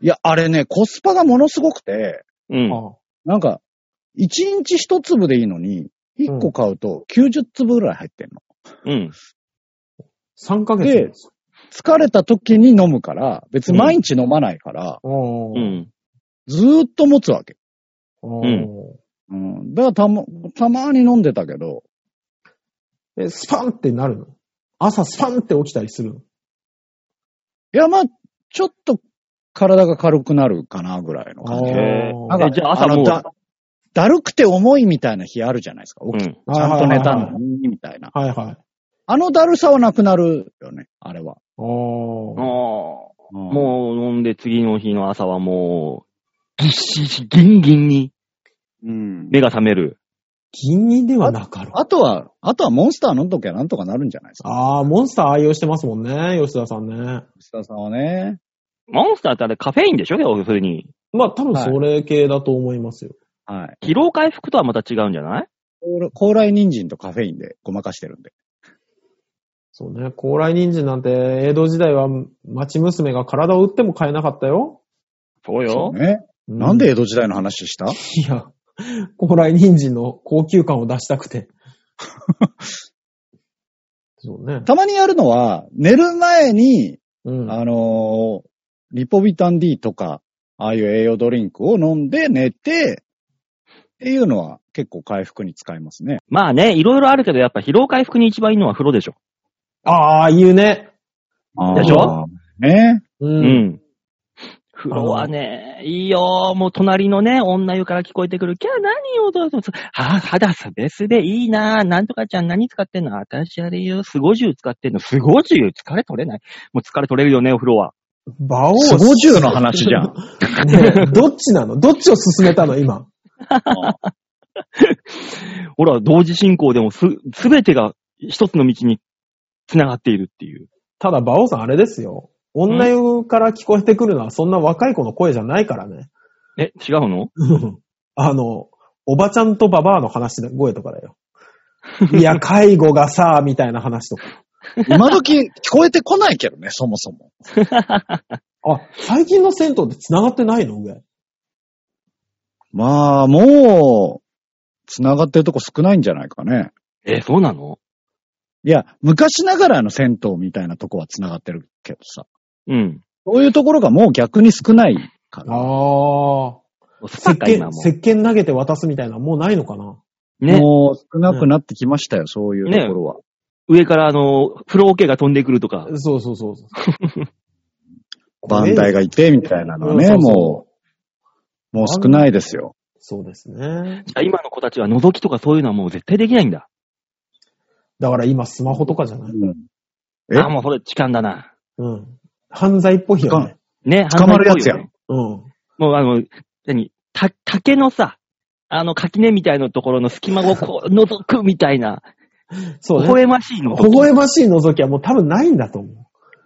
いや、あれね、コスパがものすごくて、
うん。
あ
なんか、1日1粒でいいのに、1個買うと90粒ぐらい入ってんの。
うん。
3ヶ月です。
疲れた時に飲むから、別に毎日飲まないから、
あー
うん。
ずーっと持つわけ。
あー
ん
うん。だからたま、たまーに飲んでたけど、
え、スパンってなるの朝スパンって起きたりするの
いや、まあ、ちょっと体が軽くなるかな、ぐらいの感じ
あ。ー
へぇ
なん
か
えじゃあ、朝
あ
も
の
う。
だだるくて重いみたいな日あるじゃないですか。
う
起きち
ん。
ゃんと寝たの
はい
に、みたいな。
はいはい。
あのだるさはなくなるよね、あれは。
あー
あ
も
もう飲んで次の日の朝はもう、ぎっしり、ギンギンに
うん。うん。
目が覚める。
銀銀ではなかろう。
あとは、あとはモンスター飲んどきゃなんとかなるんじゃないですか。
ああ、モンスター愛用してますもんね、吉田さんね。
吉田さんはね。
モンスターってあれカフェインでしょ要するに。
まあ多分それ系だと思いますよ。
はい。
疲労回復とはまた違うんじゃない
高麗人参とカフェインでごまかしてるんで。
そうね、高麗人参なんて江戸時代は町娘が体を打っても買えなかったよ。
そう
そうね。
う
なんで江戸時代の話した
いや、高麗人参の高級感を出したくて。 そうね。
たまにやるのは、寝る前に、
うん。
あのーリポビタン D とか、ああいう栄養ドリンクを飲んで寝て、っていうのは結構回復に使えますね。
まあね、いろいろあるけど、やっぱ疲労回復に一番いいのは風呂でしょ。
ああ、言うね。
でし
ょ
ね
うん。
うん。風呂はね、いいよ。もう隣のね、女湯から聞こえてくる。キャー、何よ、どうぞ。は肌すべすべいいな。なんとかちゃん何使ってんの私あれよ。スゴジュウ使ってんの。スゴジュウ疲れ取れない。もう疲れ取れるよね、お風呂は。
馬王
スゴジュウの話じゃん。
ねえどっちなのどっちを進めたの今。
ほら、同時進行でもす、すべてが一つの道に繋がっているっていう。
ただ、馬王さんあれですよ。女湯から聞こえてくるのはそんな若い子の声じゃないからね。
え、違うの
あの、おばちゃんとババアの話の声とかだよ。いや、介護がさ、みたいな話とか。
今時聞こえてこないけどね、そもそも。
あ、最近の銭湯って繋がってないの上。
まあ、もう、繋がってるとこ少ないんじゃないかね。
え、そうなの
いや、昔ながらの銭湯みたいなとこは繋がってるけどさ。
うん。
そういうところがもう逆に少ないから。
ああ。
ス
石
パか今も。
鹸、石鹸投げて渡すみたいなのもうないのかな
ね。
もう少なくなってきましたよ、そういうところは。
上からあの、風呂桶が飛んでくるとか。
そうそうそうそう。
バンダイがいて、みたいなのはね、
うんそうそう
もう、もう少ないですよ。
そうですね。
じゃあ今の子たちは覗きとかそういうのはもう絶対できないんだ。
だから今スマホとかじゃない。
うんえ
あ、もうそれ痴漢だな。
うん。犯罪っぽいよね。
ね、
捕まるやつや
犯罪っぽいよ
ん
ね
うん。
もうあの、何た、竹のさ、あの垣根みたいなところの隙間を こう覗くみたいな、
そう
微
ね。
笑ましいの。
微笑ましい覗きはもう多分ないんだと思う。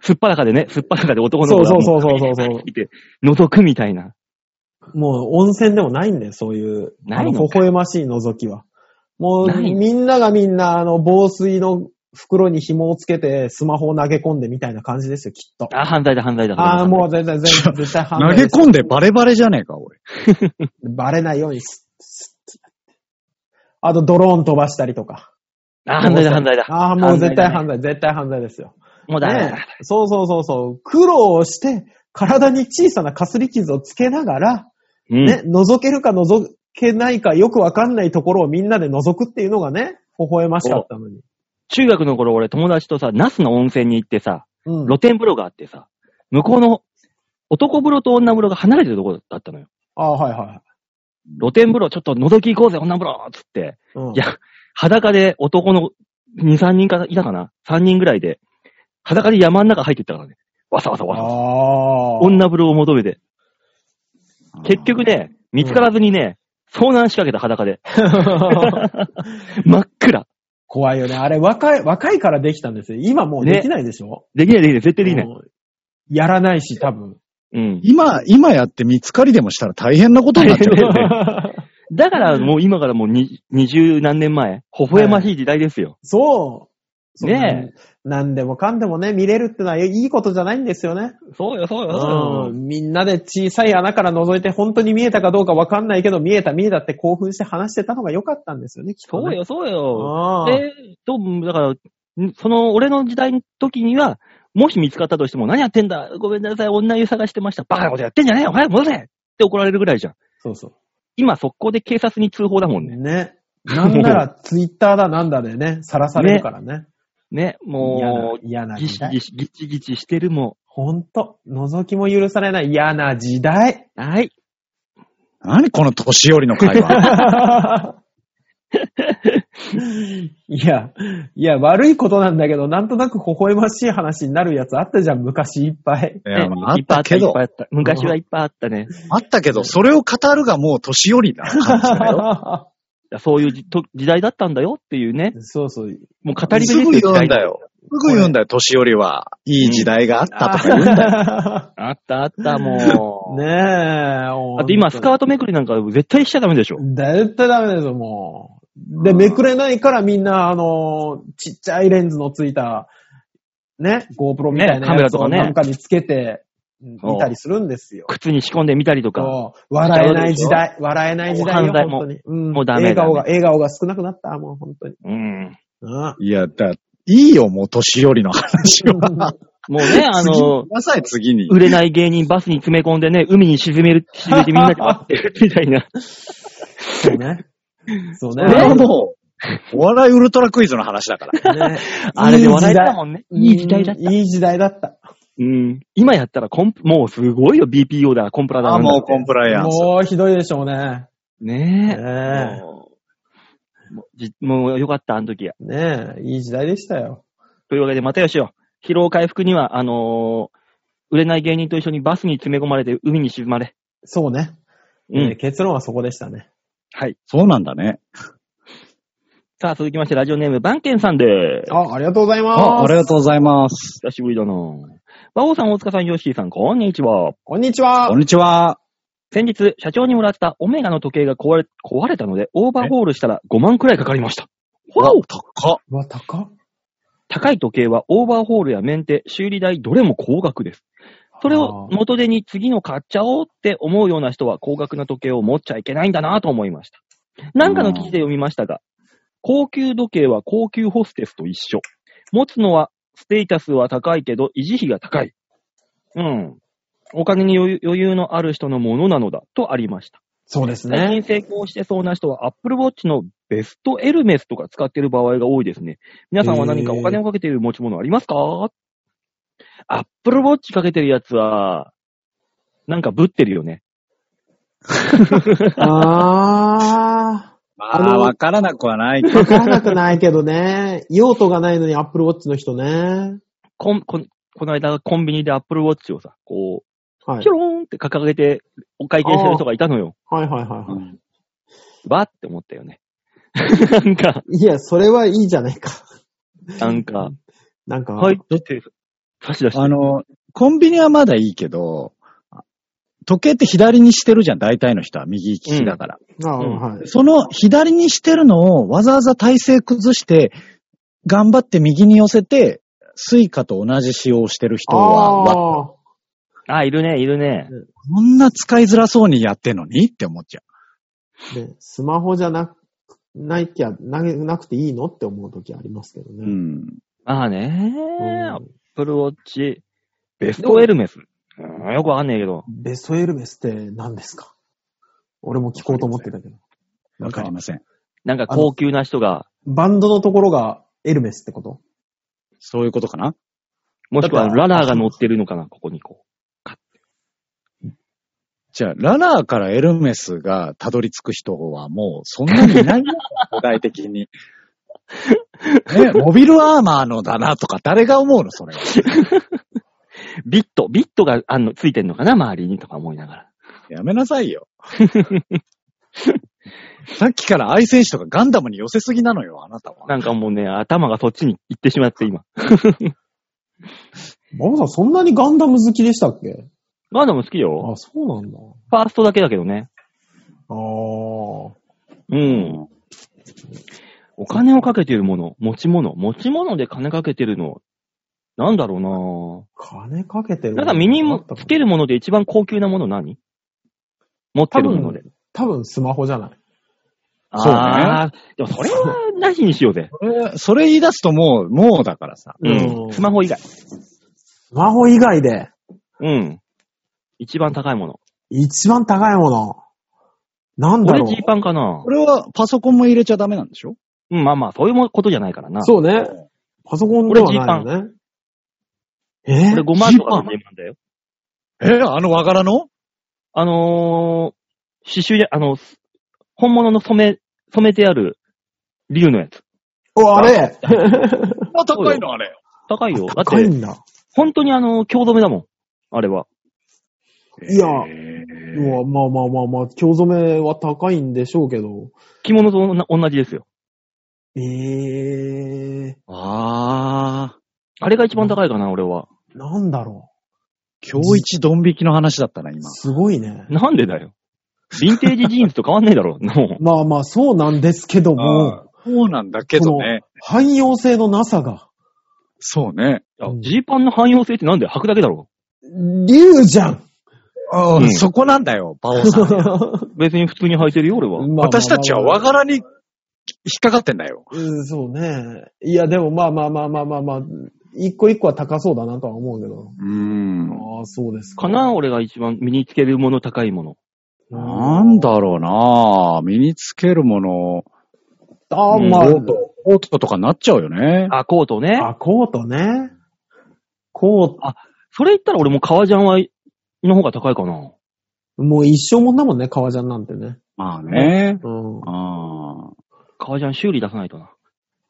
すっぱらかでね、すっぱらかで男の子が
そうそ
も
うそうそうそう
ういて、覗くみたいな。
もう温泉でもないんだよ、そういう。
な
あ
い
の、
のか
微笑ましい覗きは。も
な
う、
い
みんながみんな、あの、防水の袋に紐をつけて、スマホを投げ込んでみたいな感じですよ、きっと。
あ、犯罪だ、犯罪だ。
ああ、もう
う。
全然、全然、絶対犯
投
罪
げ
です。
込んでバレバレじゃねえか、俺。
バレないようにスッ、スッあと、ドローン飛ばしたりとか。
あ、犯罪だ、犯罪だ。
ああ、もう絶対
犯
犯罪、絶対犯罪ですよ。
もうダメだ
ね。えそうそうそうそう。苦労をして、体に小さなかすり傷をつけながら、
うん
ね、覗けるか覗けないかよくわかんないところをみんなで覗くっていうのがね、微笑ましかったのに。
中学の頃、俺、友達とさ、那須の温泉に行ってさ、
うん。
露天風呂があってさ、向こうの男風呂と女風呂が離れてるとこだったのよ。
あはいはい。
露天風呂ちょっと覗き行こうぜ、女風呂っつって。
うん
い、や、裸で男の2、3人か、いたかな ?3 人ぐらいで、裸で山の中入っていったからね。わさわさわさわさ。
ああ。
女風呂を求めて。結局ね、見つからずにね、遭難しかけた裸 で。真っ暗。
怖いよね。あれ、若い、若いからできたんですよ。今もうできないでしょ、
できないできない、絶対できない。
もうやらないし、多分。
うん。
今、今やって見つかりでもしたら大変なことになっ ちゃうよね。
だからもう今からもうに二十何年前、微笑ましい時代ですよ。
そう。そう
ね
なんでもかんでもね、見れるってのはいいことじゃないんですよね。
そうよ、そうよ、
う
そ
ん。みんなで小さい穴から覗いて、本当に見えたかどうかわかんないけど、見えた見えたって興奮して話してたのが良かったんですよね、きっと、ね。
うよ。そうよ、そうよ。
あー。
で、と、だから、んその俺の時代の時には、もし見つかったとしても、何やってんだごめんなさい、女湯探してました。バカなことやってんじゃねえよ早く戻せって怒られるぐらいじゃん。
そうそ
今、速攻で警察に通報だも
う。
んね。
ね。なんなら、ツイッターだなんだでね、さらされるからね。
ね、もう、
嫌な、嫌な
ギシ
時代。
ギシ、ギチギチしてるも
ほんと、覗きも許されない嫌な時代。
ん。はい。
何この年寄り の会話。
いや、いや、悪いことなんだけど、なんとなく微笑ましい話になるやつあったじゃん、昔いっぱい。
い
ね
や、まああ
い
っ
っぱいあっ
た
た、
け
いっ
ど
ぱい、あった。昔はいっぱいあったね。
あったけど、それを語るがもう年寄り な感じだよ。
そういうじと時代だったんだよっていうね。
そうそう。
もう語り
す
部
ぐ
です
言うんだよ。すぐ言うんだよ、年寄りは。いい時代があったとか言うんだよ。
あったあった、 もう。
ねえ。
あと今、スカートめくりなんか絶対しちゃダメでしょ。
絶対ダメですよ、もう。で、めくれないからみんな、あの、ちっちゃいレンズのついた、ね、GoPro みたい
ね
な
カメ
や
ラ
つ
とか
を
ね
なんかにつけて、
そう
見たりするんですよ。
靴に仕込んでみたりとか。
そう笑えない時代、笑えない時代
もう犯
よ、
罪
本当に。うん
もうダメ
笑顔が、笑顔が少なくなった、もう本当に。
うん。
うん。
いや、だ、いいよ、もう年寄りの話は。
もう ね、あ
次行
の
き、なさい、次に。
売れない芸人バスに詰め込んでね、海に沈める、沈めてみんなで待って るみたいな。
そうね。そう
これは
ね。
もう、お笑いウルトラクイズの話だから。
ね
あれで笑えたもんね。いい時代だった。
うんいい時代だった。
うん。今やったらコンプ、もうすごいよ、BPO だ、コンプラだ な
あ、
んだ。
もうコンプライアンス。
もうひどいでしょうね。
ねえ。
ね
もうもうじもうよかった、あの時。
え。ねえ。いい時代でしたよ。
というわけで、またよしよ。疲労回復には、あのー売れない芸人と一緒にバスに詰め込まれて海に沈まれ。
そうね。
う
えー
ん。
結論はそこでしたね。
はい。
そうなんだね。
さあ、続きまして、ラジオネーム、バンケンさんです。
あ、ありがとうございます。
あ、ありがとうございます。
久しぶりだな馬王さん、大塚さん、ヨッシーさん、こんにちは。
こんにちは
こん。にちは。
先日、社長にもらったオメガの時計が壊れ、壊れたので、オーバーホールしたら5万くらいかかりました。わお
高っ。
うわ、高っ
高い時計はオーバーホールやメンテ、修理代どれも高額です。それを元手に次の買っちゃおうって思うような人は高額な時計を持っちゃいけないんだなと思いました。なんかの記事で読みましたが、高級時計は高級ホステスと一緒。持つのはステータスは高いけど維持費が高い。うん。お金に余裕余裕のある人のものなのだとありました。
そうです
最
ね。
近成功してそうな人は Apple Watch のベストエルメスとか使ってる場合が多いですね。皆さんは何かお金をかけている持ち物ありますか ?Apple Watch かけてるやつは、なんかぶってるよね。
あ
ま
あ
あ、
の
わからなくはないけ
ー。
ど。
わからなくないけどね。用途がないのにアップルウォッチの人ね。
こんこんこの間コンビニで Apple Watch をさ、こ
は
う、
い
ひょ。ろーんって掲げてお会計してる人がいたのよ。
はいはいはいは
うん
わーって思ったよね。 なんか、
い。いや、それはいいじゃないか。
なんか、
なんか、
はい、って差し出して。
あの、コンビニはまだいいけど、時計って左にしてるじゃん、大体の人は。右利きだから。
ああ、
うん
はい。
その左にしてるのをわざわざ体勢崩して、頑張って右に寄せて、スイカと同じ仕様をしてる人は、わ
ああ、
あ、いるね、いるね。
こんな使いづらそうにやってんのにって思っちゃ
ね、スマホじゃなく、ないきゃ、ななくていいのって思う時ありますけど
う。
ね。
ん。
まあね
うん
アップルウォッチ、ベストエルメス。うんよくわかんないけど。
ベストエルメスって何ですか俺も聞こうと思ってたけど。
わかりません。
なんか高級な人が、
バンドのところがエルメスってこと
そういうことかな
もしくは
だって
ララーが乗ってるのかな、ここにこ
じゃあ、ララーからエルメスがたどり着く人はもうそんなにいない よ、古代的に。ね、モビルアーマーのだなとか、誰が思うの、それは。
う。ビット、ビットがあのついてんのかな、周りにとか思いながら。
やめなさい よ。さっきから愛選手とかガンダムに寄せすぎなのよ、あなたは。
なんかもうね、頭がそっちに行ってしまって、今。
バオさんそんなにガンダム好きでしたっけ
ガンダム好きよ。
あ、そうなんだ。
ファーストだけだけどね。
あー
うん。お金をかけてるもの、持ち物、持ち物で金かけてるの、なんだろう
金かけてる。
なただ身にもつけるもので一番高級なもの何持って
多
るもの
分
で。、
多分スマホじゃない。
そうね
あーでもそれはなしにしようぜ。
それそれ言い出すともう、もうだからさ。
うん。
ス
スマホ以外。
マホ以外で、
うん。一番高いもの。
一番高いもの。なんだ
俺
ろ
ジーパンかな
これはパソコンも入れちゃダメなんでしょ
うん、まあまあ、そういうことじゃないからな。
う。そうね。パソコンではないよね。え
これ
ー、
5万とかのジーパンだよ。
えあの和柄の
あのー、刺繍で、あの、す本物の染め、染めてある、竜のやつ。
お、あれ
あ、高いのあれ。
高いよ。だっ
高い
て、
んだ。
本当にあの、京染めだもん。あれは。
いやう
へー
わまあまあまあまあ、京染めは高いんでしょうけど。
着物とおな同じですよ。
ええ
ああ、
あれが一番高いかな、俺は。
ー、なんだろ
今日一ドン引きの話だったな、
う。
今。
すごいね。
なんでだよ。ヴィンテージジーンズと変わんねえだろ、も
まあまあ、そうなんですけども、
そうなんだけどね。
汎用性のなさが、
そうね。
う。いやジーパンの汎用性ってなんで履くだけだろ。
竜じゃん
あー
うん
そこなんだよ、バオさん。
別に普通に履いてるよ、俺は。
私たちは和
わ
柄に引っかかってんだよ。
うん、そうね。いや、でもまあまあまあまあまあまあ、一個一個は高そうだなとは思うけど。
うん。
ああ、そうです
かな俺が一番身につけるもの高いもの。
なんだろうなぁ。身につけるもの、
ああ、ま
コ
あ、
ート、コートとかになっちゃうよね。
あ、コートね。
あ、コートね。コート、
それ言ったら俺も革ジャンは、の方が高いかな。
もう一生もんだもんね、革ジャンなんてね。
まあね。
うん。あ
あ
革ジャン修理出さないとな。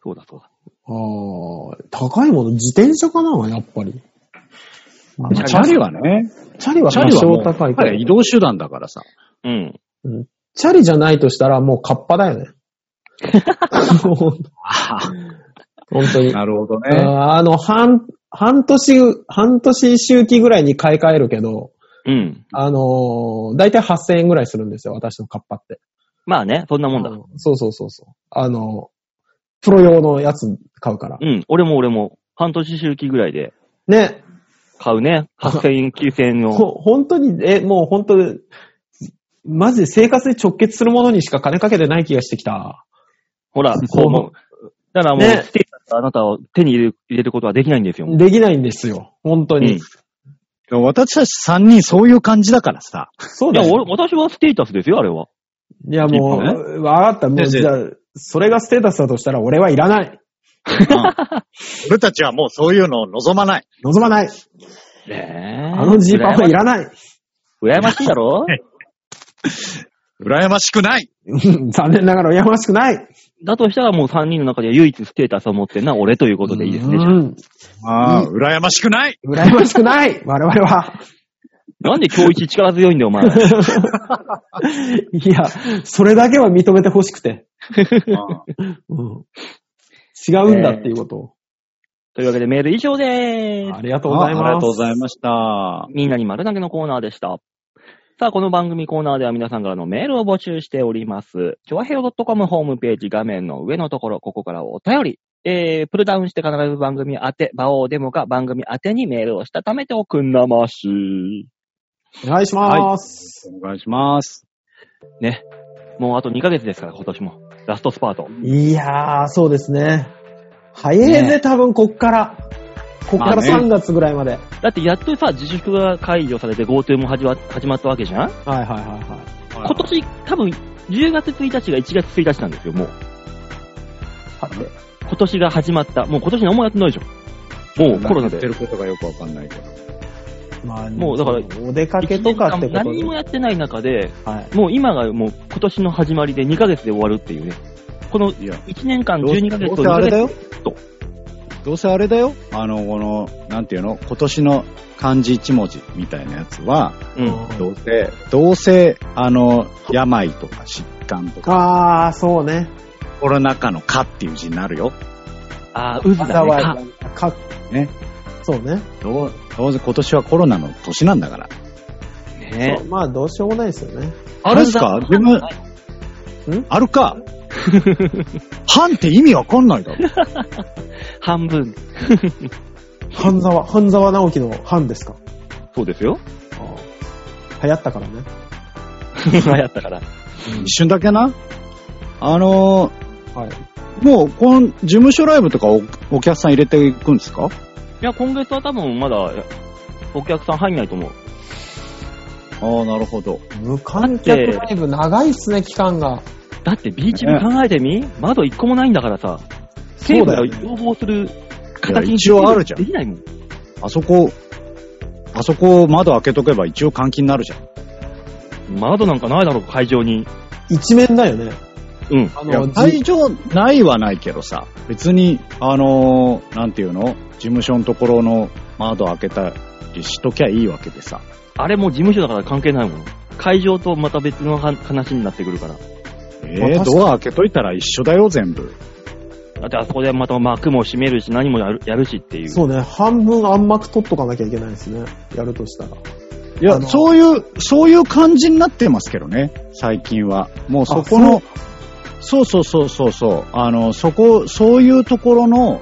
そうだそうだ。
あ、高いもの、自転車かな、やっぱり。
あ。チャリはね。
チャリは
チ
多
ャリはも
少
う
高いけど
彼移動手段だからさ。
うん。
チャリじゃないとしたらもうカッパだよね。本当に。
なるほど
あー
ね。
あの、半、半年、半年周期ぐらいに買い替えるけど、
うん。
あのー、だいたい8000円ぐらいするんですよ、私のカッパって。
まあね、そんなもんだ
あ。のそうそうそうそう。あの、プロ用のやつ買うから。
うん。俺も俺も、半年周期ぐらいで
ね、
買うね。8000円、9000円 の。
ほ本当に、え、もう本当に、マジで生活に直結するものにしか金かけてない気がしてきた。
ほら、
そう
こう思う。だからもう、
ね
ステータスあなたを手に入れる入れることはできないんですよ。
できないんですよ。本当
うん。
に。
い
私たち3人そういう感じだから さ。
そう
や
だ、よ。
俺、私はステータスですよ、あれは。
いや、もう、
一
わかった。もう、
先生
じゃあ、それがステータスだとしたら俺はいらない。
俺たちはもうそういうのを望まない。
望まない。
ねえ。
あのジーパンはいらない。
羨ましいだろ
羨ましくない。
うん残念ながら羨ましくない。
だとしたらもう3人の中で唯一ステータスを持ってるのは俺ということでいいですね。じゃあ
うん
ああ、羨ましく ない。
羨ましくない。我々は。
なんで今日一力強いんだ よ、お前。
いや、それだけは認めてほしくて、うん違うんだっていうことを。
というわけでメール以上でーす。
ありがとうご
あ
ざ
あ
い
り
ます。
がとうございました。
みんなに丸投げのコーナーでした。さあ、この番組コーナーでは皆さんからのメールを募集しております。ちょわへよ .com ホームページ画面の上のところ、ここからお便り。えー、プルダウンして必ず番組宛て、馬王デモか番組宛てにメールをしたためておくんなまし。
お願いします。
お願いします。
もうあと2ヶ月ですから、今年も。ラストスパート。
い、やー、そうですね。早いぜ、
ね
多分こっから。こっから
まあね
3月ぐらいまで。
だってやっとさ、自粛が解除されて GoTo も始ま始まったわけじゃん
はいはいはいはい。
今年、多分、10月1日が1月1日なんですよ、もう。
さて、
今年が始まった。もう今年何もやってないじゃん。もうコロナ
やって
で。
ることがよくわかんないけど。
まあ、
もうだから
お出かけとかって
一年間
こと
何
で。
もやってない中で、
はい。
もう今がもう今年の始まりで2ヶ月で終わるっていうね。この
いや、
1年間12ヶ月
ど
と
うせあ
2ヶ
れだ
月。
よ。どうせあれだよ。あの、この、なんていうの今年の漢字一文字みたいなやつは、
うん。
どうせ、どうせ、あの、病とか疾患とか、
あー、そうね。
コロナ禍の禍っていう字になるよ。
ああ、渦だね。か
災いか
ね。
そうね。
どう、どうせ今年はコロナの年なんだから。
ね
そうまあ、どうしようもないですよね。
あれですか自分、あ るか。半って意味わかんないだろ。
半分。
半沢、半沢直樹の半ですか。
そうですよ。
流行ったからね。
流行ったから。
一瞬だけな。あの
はい。
ーもう、この、事務所ライブとかおお客さん入れていくんですか
いや、今月は多分まだ、お客さん入んないと思う。
ああ、なるほど。
無観客ライブ長いっすね、期間が。
だってビーチ部考えてみ、窓1個もないんだからさ。
そ
政府
うだ
が
よね
要望する
い
形
や
に
一応あるじゃん
できないもん。
あそこ、あそこ窓開けとけば一応換気になるじゃん。
窓なんかないだろう、会場に。
一面だよね。
うん。
あ
いや
の、
会
じ
場ないはないけどさ、別に、あのーなんていうの事務所のところの窓開けたりしときゃいいわけでさ。
あれも事務所だから関係ないもん。会場とまた別のは話になってくるから。
え
まあ確か
ー、
に
ドア開けといたら一緒だよ、全部。
だってあそこでまた幕も閉めるし、何もやるやるしっていう。
そうね、半分暗幕取っとかなきゃいけないですね。やるとしたら。
い
あ
や、
の
そういう、そういう感じになってますけどね、最近は。もうそこの、そうそうそうそうそう、あの、そこ、そういうところの、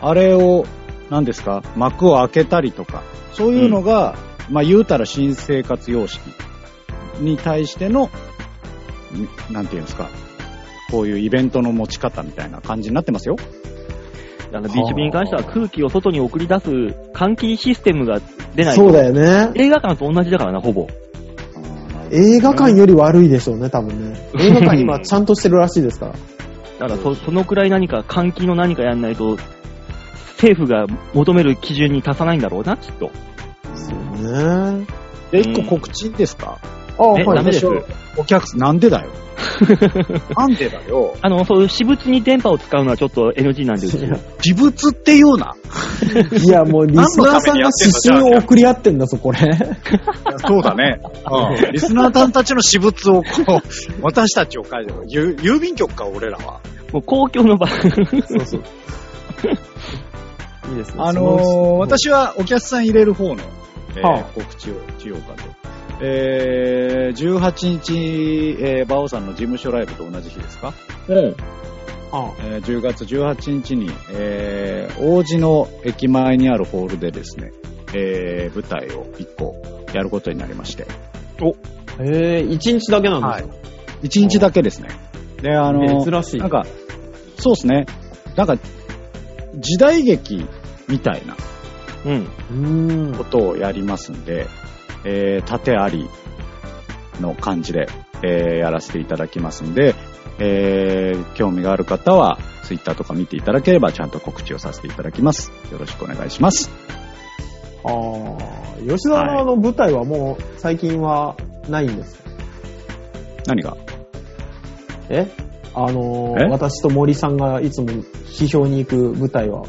あれを、何ですか、幕を開けたりとか、そういうのが、まあ言うたら新生活様式に対しての、んなんていうんですか、こういうイベントの持ち方みたいな感じになってますよ。
あのビーチ部に関しては空気を外に送り出す換気システムが出ない。
そうだよね。
映画館と同じだからな、ほぼ。
映画館より悪いでしょうね、多分ね。映画館今ちゃんとしてるらしいですから。
だからそそのくらい何か換気の何かやんないと、政府が求める基準に達さないんだろうな、きっと。
そうね。
で、一個告知いいですか、
ああ、
え、
は
ダ
い
メです。
お客さん、なんでだよ。なんでだよ。
あの、そういう私物に電波を使うのはちょっと NG なんで、うちは。
自物って言うな。
いや、もうリスナーさんが指針を送り合ってんだぞ、これ。
そうだね。うん。リスナーさんたちの私物を、こう、私たちを書いてる。ゆ郵便局か、俺らは。
もう公共の場。
そうそう。いいですね。
あ
そ
のー
う
私はお客さん入れる方の、えー
はあ
告知をしようかと。えー、18日、えー、バオさんの事務所ライブと同じ日ですか、
うん。
あ
えー ?10 月18日に、えー、王子の駅前にあるホールでですね、えー、舞台を1個やることになりまして、
へえ、一日だけなん
は
で
い
すか、。
1日だけですね。で、あのー
珍しい。
なんか、そうですね。なんか、時代劇みたいな
うん。
うーん
こ。とをやりますんで、えー、縦ありの感じで、えー、やらせていただきますんで、えー、興味がある方は、ツイッターとか見ていただければ、ちゃんと告知をさせていただきます。よろしくお願いします。
ああ、吉田のあの舞台はもう最近はないんですか、
何が
えあのー
え
私と森さんがいつも批評に行く舞台は。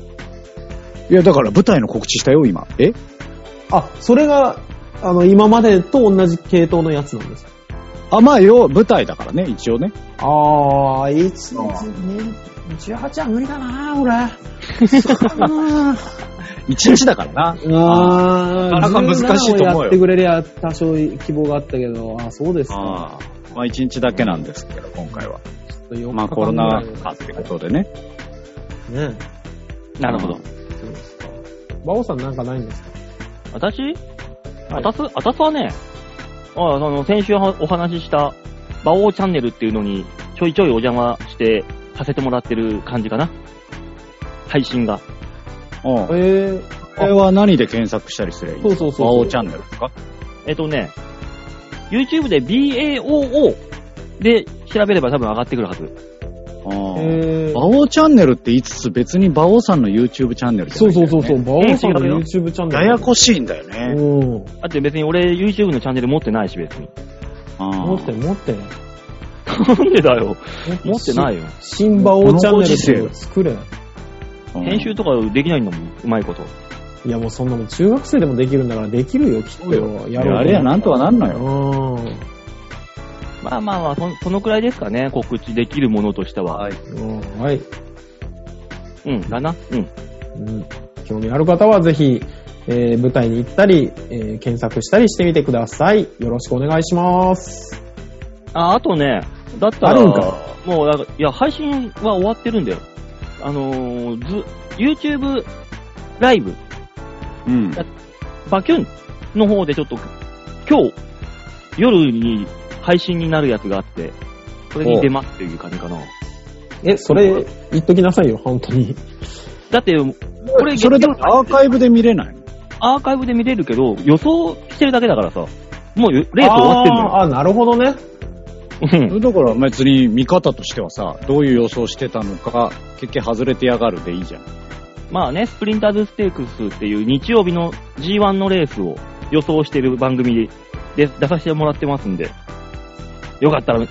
いや、だから舞台の告知したよ、今。え
あ、それが、あの、今までと同じ系統のやつなんですか
あ、まあ、よ、舞台だからね、一応ね。
ああ、いつ
あ
18は無理だな、俺。あ
一日だからな。
あ、
なかなか難しいと思
17を
うよ
やってくれりゃ多少希望があったけど、あーそうですか。
あーまあ、一日だけなんですけど、今回は。まあ、コロナ禍ってことでね。
ね。
なるほど。
そうですか。バオさんなんかないんですか
私あたす、あたすはね、ああの、先週はお話しした、馬王チャンネルっていうのに、ちょいちょいお邪魔して、させてもらってる感じかな。配信が。
うん。
ええ
これは何で検索したりすればいい
そうそうそう
バオチャンネルですか
えっとね、YouTube で BAOO で調べれば多分上がってくるはず。
あ
え
あ。バオチャンネルって言いつつ別にバオさんの YouTube チャンネルじゃ
そ
な
う
いんだ
そ
よ
う
ね
そうそう、バオさんの
違うよ
YouTube チャンネル。
ややこしいんだよね。
うん。
だって別に俺 YouTube のチャンネル持ってないし別に。
持
持って、持って。
なんでだよ。持ってないよ。
新バオチャンネルっていうのを作れ。
編集とかできないんだもん、うまいこと。
いやもうそんなもん中学生でもできるんだからできるよ、きっと。
そう
や
よや
ろうと思ったら
あれやなんとかなんのよ。
う
まあまあまあ、そそのくらいですかね、告知できるものとしては。
はい
ん。うんはい。
うん、だな。うん。
うん興味ある方はぜひ、えー舞台に行ったり、えー検索したりしてみてください。よろしくお願いします。
あ、あとね、だったら、
あるんか
もうなんか、いや、配信は終わってるんだよ。あのー、ず、YouTube ライブ、
うん。
バキュンの方でちょっと、今日、夜に配信になるやつがあって、それに出ますっていう感じかな。
え、それ、言っときなさいよ、本当に。
だって、これ、
それでもアーカイブで見れないの
アーカイブで見れるけど、予想してるだけだからさ、もうよレース終わってんのよ。
あーあ、なるほどね。
うん
だから別に見方としてはさ、どういう予想してたのか、結局外れてやがるでいいじゃん。
まあね、スプリンターズステークスっていう日曜日の G1 のレースを予想してる番組で出させてもらってますんで、よかったら、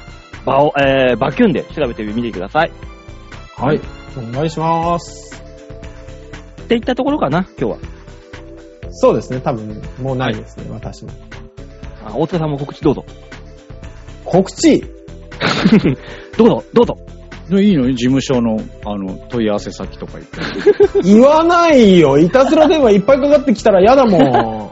バオ、えー、バキュンで調べてみてください。
はい。お願いします。
っていったところかな、今日は。
そうですね、多分、もうないですね、私も。
あ大塚さんも告知どうぞ。
告知
どうぞ、どうぞ。
でいいのよ事務所の、あの、問い合わせ先とか言って。
言わないよいたずら電話いっぱいかかってきたら嫌 だもん。ねえ、本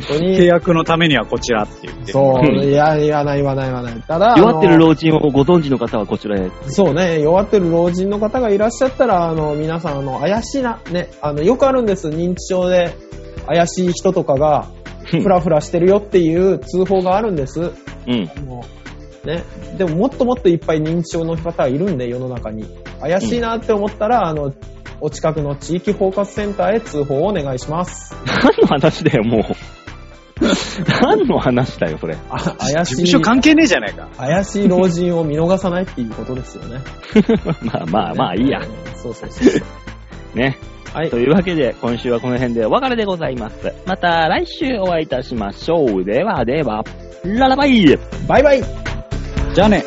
当
契
に。
約のためにはこちらって言って。
そう、
うん
いや、言わない言わない言わない。ただ、
弱ってる
あの
老人をご存知の方はこちらへ。
そうね、弱ってる老人の方がいらっしゃったら、あの、皆さん、あの、怪しいな、ね、あの、よくあるんです、認知症で、怪しい人とか が、
うん
ふらふらしてるよっていう通報があるんです。
うん。
もう、ね、でももっともっといっぱい認知症の方はいるんで、世の中に。怪しいなって思ったら、あの、お近くの地域包括センターへ通報をお願いします。
何の話だよ、 もう。何の話だよ、それ。
あ
事
怪し
務
い
所、関係ねえじゃないか。
怪しい老人を見逃さないっていうことですよね。
まあまあまあ、いいや。
うん。そうそうそう。
ね。
はい
と。いうわけで、今週はこの辺でお別れでございます。また来週お会いいたしましょう。ではでは、ララバイ
バイバイ
じゃあね。